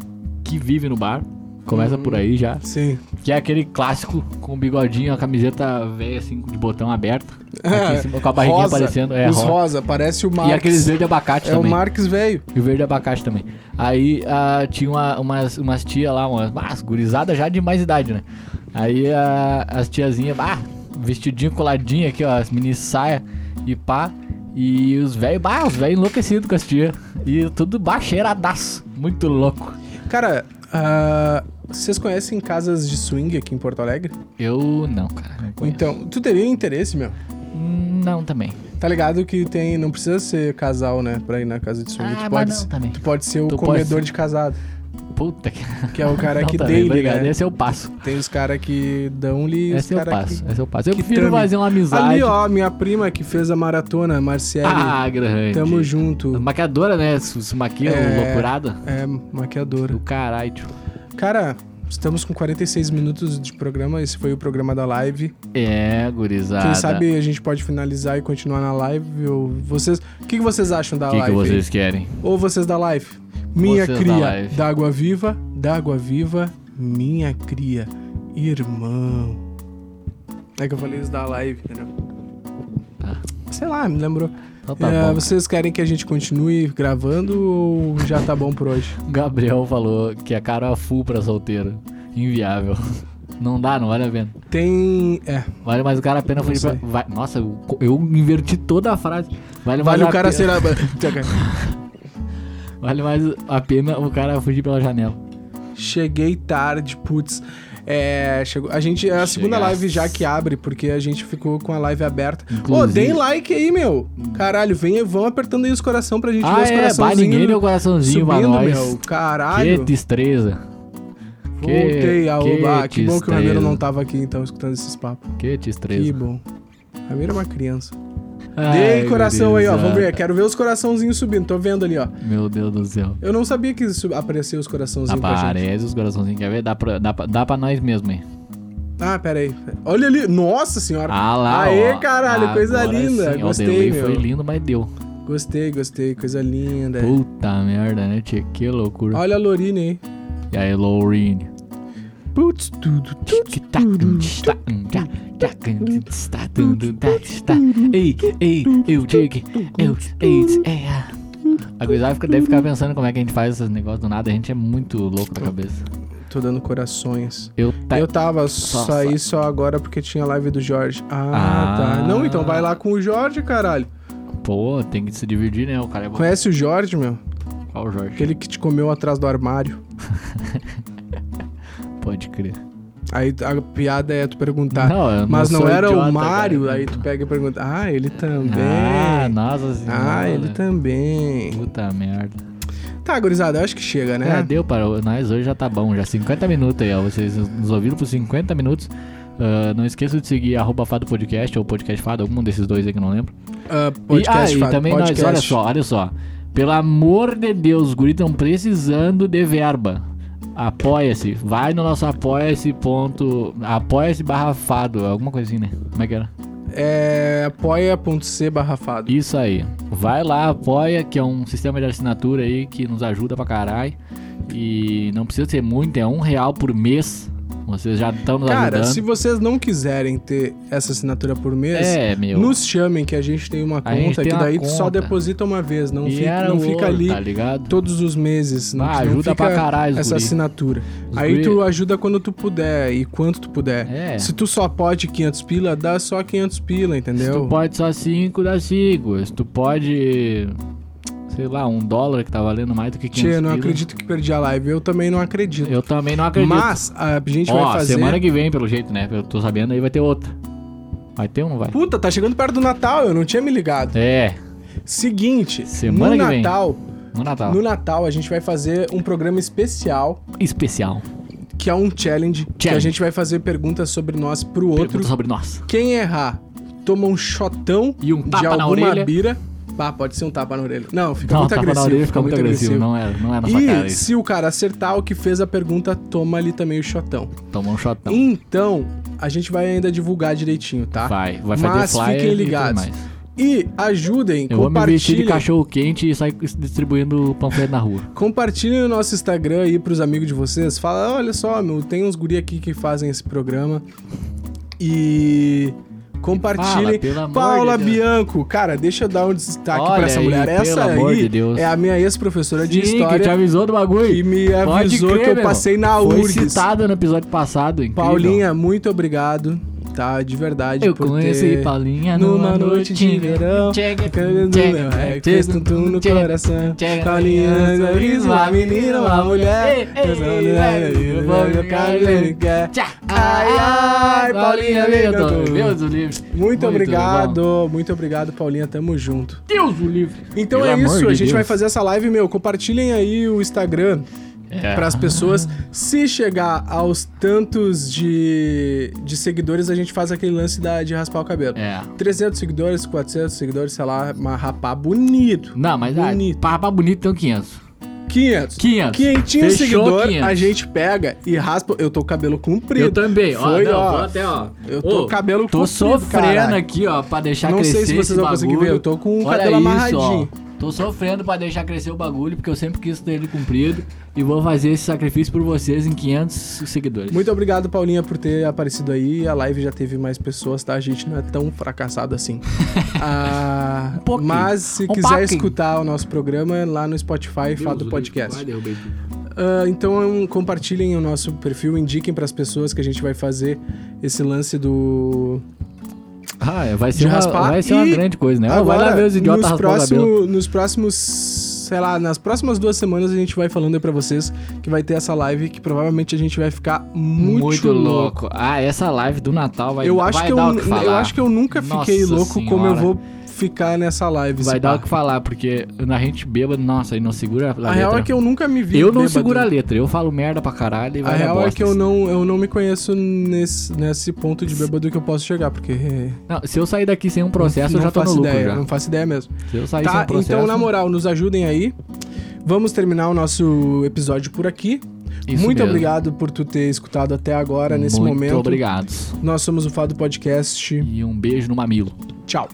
Speaker 1: que vive no bar, começa por
Speaker 2: Uhum.
Speaker 1: aí já,
Speaker 2: Sim.
Speaker 1: que é aquele clássico com o bigodinho, a camiseta velha, assim, de botão aberto,
Speaker 2: <laughs>
Speaker 1: aqui em cima, com a barriguinha
Speaker 2: É, Rosa.
Speaker 1: aparecendo. É,
Speaker 2: os
Speaker 1: rosa.
Speaker 2: rosa, parece o Marx.
Speaker 1: E aqueles verde abacate
Speaker 2: é
Speaker 1: também.
Speaker 2: o Marx velho.
Speaker 1: E o verde abacate também. Aí ah, tinha uma- umas, umas tia lá, umas, umas gurizadas já de mais idade, né? Aí ah, as tiazinhas, ah, vestidinho coladinho aqui, ó, as mini saia e pá. E os velhos, bah, os velhos enlouquecidos com as tia. E tudo bacheiradaço. Muito louco.
Speaker 2: Cara, ah, vocês conhecem casas de swing aqui em Porto Alegre?
Speaker 1: Eu não, cara. Não conheço.
Speaker 2: Então, tu teria interesse, meu?
Speaker 1: Hum, Não também.
Speaker 2: Tá ligado que tem. Não precisa ser casal, né? Pra ir na casa de swing.
Speaker 1: Ah,
Speaker 2: tu,
Speaker 1: mas
Speaker 2: pode,
Speaker 1: não também.
Speaker 2: tu pode ser o
Speaker 1: Tu pode
Speaker 2: comedor
Speaker 1: ser.
Speaker 2: de casado.
Speaker 1: Puta que. <laughs>
Speaker 2: Que é o cara
Speaker 1: Não
Speaker 2: que
Speaker 1: também,
Speaker 2: dele,
Speaker 1: obrigado.
Speaker 2: né?
Speaker 1: Esse é o passo.
Speaker 2: Tem os caras que dão-lhe e os
Speaker 1: Esse é o
Speaker 2: caras
Speaker 1: passo.
Speaker 2: que.
Speaker 1: Esse é o passo. Eu
Speaker 2: que
Speaker 1: prefiro
Speaker 2: trame.
Speaker 1: fazer uma amizade.
Speaker 2: Ali, ó, minha prima que fez a maratona, Marciele.
Speaker 1: ah, grande.
Speaker 2: Tamo junto.
Speaker 1: Maquiadora, né? Se se maquia
Speaker 2: É.
Speaker 1: loucurada.
Speaker 2: É,
Speaker 1: Do
Speaker 2: maquiadora.
Speaker 1: caralho, tio.
Speaker 2: Cara, estamos com 46 minutos de programa. Esse foi o programa da live.
Speaker 1: É, gurizada.
Speaker 2: Quem sabe a gente pode finalizar e continuar na live. Ou vocês. O que, que vocês acham da
Speaker 1: O que, que
Speaker 2: live? aí?
Speaker 1: vocês querem?
Speaker 2: Ou vocês da live? Minha
Speaker 1: Vocês da
Speaker 2: cria,
Speaker 1: live.
Speaker 2: d'água viva, d'água viva, minha cria, irmão. É que eu falei isso da live, entendeu?
Speaker 1: Tá.
Speaker 2: Sei lá, me lembrou.
Speaker 1: Então tá
Speaker 2: É,
Speaker 1: bom.
Speaker 2: vocês querem que a gente continue gravando ou já tá bom por hoje?
Speaker 1: O Gabriel falou que a cara é full pra solteiro. Inviável. <laughs> Não dá, não vale a pena.
Speaker 2: Tem. É.
Speaker 1: Vale mais o cara a pena
Speaker 2: Não
Speaker 1: fugir pra...
Speaker 2: sei.
Speaker 1: vai- Nossa, eu, eu inverti toda a frase. Vale, mais
Speaker 2: Vale
Speaker 1: a
Speaker 2: o cara
Speaker 1: pena...
Speaker 2: ser. a- <laughs>
Speaker 1: Vale mais a pena o cara fugir pela janela.
Speaker 2: Cheguei tarde, putz. É, chegou. A gente. É a segunda
Speaker 1: Chegasse.
Speaker 2: live já que abre, porque a gente ficou com a live aberta. Ô,
Speaker 1: Inclusive-
Speaker 2: deem like aí, meu. Caralho, vem, vão apertando aí os coração pra gente
Speaker 1: Ah,
Speaker 2: ver os
Speaker 1: é, bah,
Speaker 2: coraçãozinhos
Speaker 1: ninguém deu
Speaker 2: no-
Speaker 1: coraçãozinho pra
Speaker 2: subindo,
Speaker 1: nós.
Speaker 2: meu.
Speaker 1: Que
Speaker 2: Caralho.
Speaker 1: destreza.
Speaker 2: Voltei a
Speaker 1: que
Speaker 2: oba. Que bom que o Ramiro
Speaker 1: destreza.
Speaker 2: não tava aqui, então, escutando esses papos.
Speaker 1: Que
Speaker 2: Que
Speaker 1: destreza.
Speaker 2: bom. Ramiro é uma criança.
Speaker 1: Ai,
Speaker 2: Dei coração aí, ó.
Speaker 1: gurizada.
Speaker 2: Vamos ver. Quero ver os coraçãozinhos subindo. Tô vendo ali, ó.
Speaker 1: Meu Deus do céu.
Speaker 2: Eu não sabia que isso aparecia os coraçãozinhos pra gente.
Speaker 1: Aparece os coraçãozinhos, quer ver? Dá pra, dá pra, dá pra nós mesmo, hein?
Speaker 2: Ah, pera aí. Olha ali. Nossa senhora.
Speaker 1: Ah lá,
Speaker 2: Aê,
Speaker 1: ó.
Speaker 2: caralho. coisa
Speaker 1: Agora
Speaker 2: linda.
Speaker 1: sim, ó, o
Speaker 2: gostei,
Speaker 1: delay
Speaker 2: meu. É.
Speaker 1: Foi lindo, mas deu.
Speaker 2: Gostei, gostei. Coisa linda.
Speaker 1: Puta merda, né, tia? Que loucura.
Speaker 2: Olha a Lorine aí.
Speaker 1: E aí, Lorraine?
Speaker 2: Putz, tudo, tudo.
Speaker 1: Ei, ei, eu digo, eu, ei, é. A gurizada fica- deve ficar pensando como é que a gente faz esses negócios do nada. A gente é muito louco da cabeça.
Speaker 2: Tô dando corações.
Speaker 1: Eu, tá,
Speaker 2: Eu tava,
Speaker 1: Só-
Speaker 2: saí só agora porque tinha live do Jorge. Ah,
Speaker 1: Ah.
Speaker 2: tá. Não, então vai lá com o Jorge, caralho.
Speaker 1: Pô, tem que se dividir, né? O cara é bom.
Speaker 2: Conhece o Jorge, meu?
Speaker 1: Qual o Jorge?
Speaker 2: Aquele que te comeu atrás do armário.
Speaker 1: Pode crer.
Speaker 2: Aí a piada é tu perguntar.
Speaker 1: Não, eu não
Speaker 2: mas não
Speaker 1: sou
Speaker 2: era
Speaker 1: idiota,
Speaker 2: o Mário,
Speaker 1: cara.
Speaker 2: aí tu pega e pergunta. Ah, ele também.
Speaker 1: Ah,
Speaker 2: Ah,
Speaker 1: nossa senhora.
Speaker 2: ele também.
Speaker 1: Puta merda.
Speaker 2: Tá, gurizada, eu acho que chega,
Speaker 1: É,
Speaker 2: né?
Speaker 1: deu para nós hoje já tá bom, já 50 minutos aí, ó. Vocês nos ouviram por 50 minutos. Ah, não esqueça de seguir arroba Fado Podcast ou Podcast Fado, algum desses dois aí que eu não lembro.
Speaker 2: Ah,
Speaker 1: e, ah,
Speaker 2: Fábio,
Speaker 1: e também
Speaker 2: podcast.
Speaker 1: nós, olha só, olha só. Pelo amor de Deus, os guris estão precisando de verba. Apoia-se. Vai no nosso apoia-se. ponto- Apoia-se barra fado, alguma coisinha, né? Como é que era?
Speaker 2: É apoia.c barrafado.
Speaker 1: Isso aí. Vai lá, apoia, que é um sistema de assinatura aí que nos ajuda pra caralho. E não precisa ser muito, é um real por mês. Vocês já estão nos
Speaker 2: Cara,
Speaker 1: ajudando.
Speaker 2: se vocês não quiserem ter essa assinatura por mês,
Speaker 1: É, meu.
Speaker 2: Nos chamem que a gente tem uma
Speaker 1: A gente
Speaker 2: conta
Speaker 1: tem
Speaker 2: que
Speaker 1: uma
Speaker 2: daí tu só
Speaker 1: conta.
Speaker 2: deposita uma vez, não
Speaker 1: E
Speaker 2: fica,
Speaker 1: era
Speaker 2: não
Speaker 1: o
Speaker 2: fica
Speaker 1: ouro,
Speaker 2: ali
Speaker 1: Tá ligado?
Speaker 2: todos os meses. Não,
Speaker 1: Ah,
Speaker 2: não
Speaker 1: ajuda
Speaker 2: fica
Speaker 1: pra caralho os
Speaker 2: essa
Speaker 1: guri.
Speaker 2: assinatura.
Speaker 1: Os
Speaker 2: aí
Speaker 1: guri-
Speaker 2: tu ajuda quando tu puder e quanto tu puder.
Speaker 1: É.
Speaker 2: Se tu só pode 500 pila, dá só 500 pila,
Speaker 1: Se
Speaker 2: entendeu?
Speaker 1: tu pode só 5, dá 5. Se tu pode. Sei lá, um dólar que tá valendo mais do que 500
Speaker 2: Tchê, não
Speaker 1: pila.
Speaker 2: acredito que perdi a live. Eu também não acredito.
Speaker 1: Eu também não acredito.
Speaker 2: Mas a gente
Speaker 1: Ó,
Speaker 2: vai fazer.
Speaker 1: semana que vem, pelo jeito, né? Eu tô sabendo, aí vai ter outra. Vai ter ou não vai?
Speaker 2: Puta, tá chegando perto do Natal, eu não tinha me ligado.
Speaker 1: É,
Speaker 2: Seguinte,
Speaker 1: Semana
Speaker 2: no
Speaker 1: que vem.
Speaker 2: Natal,
Speaker 1: no Natal.
Speaker 2: no Natal a gente vai fazer um programa especial
Speaker 1: Especial.
Speaker 2: que é um challenge, que a
Speaker 1: Challenge.
Speaker 2: gente vai fazer perguntas sobre nós pro outro.
Speaker 1: Pergunta sobre nós.
Speaker 2: Quem errar, toma um shotão
Speaker 1: E um
Speaker 2: de
Speaker 1: tapa na
Speaker 2: alguma
Speaker 1: orelha.
Speaker 2: bira. Ah, pode ser um tapa na orelha.
Speaker 1: <laughs>
Speaker 2: Não, fica
Speaker 1: não,
Speaker 2: muito
Speaker 1: tapa
Speaker 2: agressivo.
Speaker 1: na orelha fica muito agressivo. Não é, não é na sua cara
Speaker 2: E
Speaker 1: isso.
Speaker 2: se o cara acertar o que fez a pergunta, toma ali também o shotão.
Speaker 1: Tomou um shotão.
Speaker 2: Então, a gente vai ainda divulgar direitinho, tá?
Speaker 1: Vai, vai fazer
Speaker 2: Mas
Speaker 1: flyer
Speaker 2: fiquem
Speaker 1: e tudo
Speaker 2: ligados.
Speaker 1: mais.
Speaker 2: E ajudem,
Speaker 1: Eu vou me vestir de
Speaker 2: compartilhem.
Speaker 1: cachorro quente e sair distribuindo panfleto na rua.
Speaker 2: Compartilhem o nosso Instagram aí pros amigos de vocês. Fala, olha só, meu, tem uns guri aqui que fazem esse programa. E compartilhem.
Speaker 1: Fala, pelo amor
Speaker 2: Paula
Speaker 1: de Deus.
Speaker 2: Bianco, cara, deixa eu dar um destaque
Speaker 1: Olha
Speaker 2: pra essa
Speaker 1: aí,
Speaker 2: mulher.
Speaker 1: pelo
Speaker 2: Essa
Speaker 1: amor
Speaker 2: aí
Speaker 1: de Deus.
Speaker 2: é a minha ex-professora de
Speaker 1: Sim, que te
Speaker 2: história
Speaker 1: avisou do bagulho.
Speaker 2: que me
Speaker 1: Pode
Speaker 2: avisou
Speaker 1: crer,
Speaker 2: que eu
Speaker 1: meu.
Speaker 2: passei na
Speaker 1: Foi
Speaker 2: URGS.
Speaker 1: citada no episódio passado, incrível.
Speaker 2: Paulinha, muito obrigado, tá? De verdade.
Speaker 1: Eu
Speaker 2: por
Speaker 1: conheci
Speaker 2: ter-
Speaker 1: Paulinha
Speaker 2: Numa noite de verão,
Speaker 1: Chega,
Speaker 2: Querendo
Speaker 1: chega,
Speaker 2: não, é que fez tum tum no
Speaker 1: chega,
Speaker 2: coração.
Speaker 1: chega.
Speaker 2: Paulinha, sorriso, uma menina, uma mulher. né,
Speaker 1: Ei, ei, ei, eu vou no carro, ele
Speaker 2: quer.
Speaker 1: Tchá. é
Speaker 2: Ai, ai, Paulinha,
Speaker 1: meu
Speaker 2: meu
Speaker 1: Deus,
Speaker 2: Deus.
Speaker 1: Deus do livre.
Speaker 2: Muito
Speaker 1: bom.
Speaker 2: obrigado, muito obrigado, Paulinha, tamo junto.
Speaker 1: Deus do livre.
Speaker 2: Então
Speaker 1: Pelo
Speaker 2: é
Speaker 1: amor
Speaker 2: isso, a
Speaker 1: de
Speaker 2: gente
Speaker 1: Deus.
Speaker 2: vai fazer essa live, meu. Compartilhem aí o Instagram
Speaker 1: É.
Speaker 2: para as pessoas. Se chegar aos tantos de, de seguidores, a gente faz aquele lance da, de raspar o cabelo.
Speaker 1: É.
Speaker 2: 300 seguidores, 400 seguidores, sei lá, mas rapar bonito.
Speaker 1: Não, mas ah,
Speaker 2: Bonito.
Speaker 1: pra rapaz bonito tem um 500.
Speaker 2: 500.
Speaker 1: 500.
Speaker 2: Quinhentinho
Speaker 1: Fechou
Speaker 2: seguidor,
Speaker 1: 500.
Speaker 2: a gente pega e raspa. Eu tô com o cabelo comprido.
Speaker 1: Eu também, ó.
Speaker 2: Foi,
Speaker 1: não,
Speaker 2: ó.
Speaker 1: vou até, ó.
Speaker 2: Eu tô
Speaker 1: Ô,
Speaker 2: cabelo
Speaker 1: Tô
Speaker 2: comprido,
Speaker 1: sofrendo
Speaker 2: caralho.
Speaker 1: aqui, ó, pra deixar
Speaker 2: Não sei
Speaker 1: crescer
Speaker 2: se vocês
Speaker 1: esse
Speaker 2: vão conseguir
Speaker 1: bagulho.
Speaker 2: ver, eu tô com o
Speaker 1: Olha
Speaker 2: cabelo
Speaker 1: isso, ó.
Speaker 2: amarradinho.
Speaker 1: Tô sofrendo pra deixar crescer o bagulho, porque eu sempre quis ter ele comprido. E vou fazer esse sacrifício por vocês em 500 seguidores.
Speaker 2: Muito obrigado, Paulinha, por ter aparecido aí. A live já teve mais pessoas, tá? A gente não é tão fracassado
Speaker 1: <laughs>
Speaker 2: assim. Ah,
Speaker 1: pouquinho.
Speaker 2: mas se
Speaker 1: Um
Speaker 2: quiser
Speaker 1: pouquinho.
Speaker 2: escutar o nosso programa, é lá no Spotify,
Speaker 1: Deus
Speaker 2: fala do
Speaker 1: do
Speaker 2: podcast.
Speaker 1: livro, vai, derrubei tudo.
Speaker 2: Ah, então um, compartilhem o nosso perfil, indiquem pras pessoas que a gente vai fazer esse lance do
Speaker 1: Ah, é, vai
Speaker 2: De
Speaker 1: ser, uma,
Speaker 2: raspar
Speaker 1: vai ser uma
Speaker 2: e
Speaker 1: grande coisa, né? Ó, vai lá ver os idiotas
Speaker 2: nos,
Speaker 1: raspando o cabelo.
Speaker 2: próximo, nos próximos, sei lá, nas próximas duas semanas a gente vai falando aí pra vocês que vai ter essa live que provavelmente a gente vai ficar muito, louco.
Speaker 1: Ah, essa live do Natal vai,
Speaker 2: Eu acho,
Speaker 1: vai
Speaker 2: que eu,
Speaker 1: dar o que falar.
Speaker 2: eu acho que eu nunca
Speaker 1: Nossa
Speaker 2: fiquei louco como eu
Speaker 1: Senhora.
Speaker 2: vou ficar nessa live.
Speaker 1: Vai
Speaker 2: se
Speaker 1: dar
Speaker 2: pá.
Speaker 1: o que falar, porque na gente bêbada, nossa, aí não segura a letra.
Speaker 2: A real é que eu nunca me vi
Speaker 1: Eu não
Speaker 2: bêbado.
Speaker 1: seguro a letra, eu falo merda pra caralho e
Speaker 2: A
Speaker 1: vai dar
Speaker 2: real é
Speaker 1: bosta. assim.
Speaker 2: que eu não, eu não me conheço nesse, nesse ponto de bêbado que eu posso chegar, porque... eh,
Speaker 1: Não, se eu sair daqui sem um processo,
Speaker 2: não
Speaker 1: eu já tô no
Speaker 2: faço
Speaker 1: lucro
Speaker 2: ideia,
Speaker 1: já.
Speaker 2: Não faço ideia mesmo.
Speaker 1: Se eu sair sem
Speaker 2: Tá,
Speaker 1: um processo...
Speaker 2: então, na moral, nos ajudem aí. Vamos terminar o nosso episódio por aqui.
Speaker 1: Isso
Speaker 2: Muito
Speaker 1: mesmo.
Speaker 2: obrigado por tu ter escutado até agora, nesse
Speaker 1: Muito
Speaker 2: momento.
Speaker 1: obrigado.
Speaker 2: Nós somos o Fado Podcast.
Speaker 1: E um beijo no mamilo.
Speaker 2: Tchau.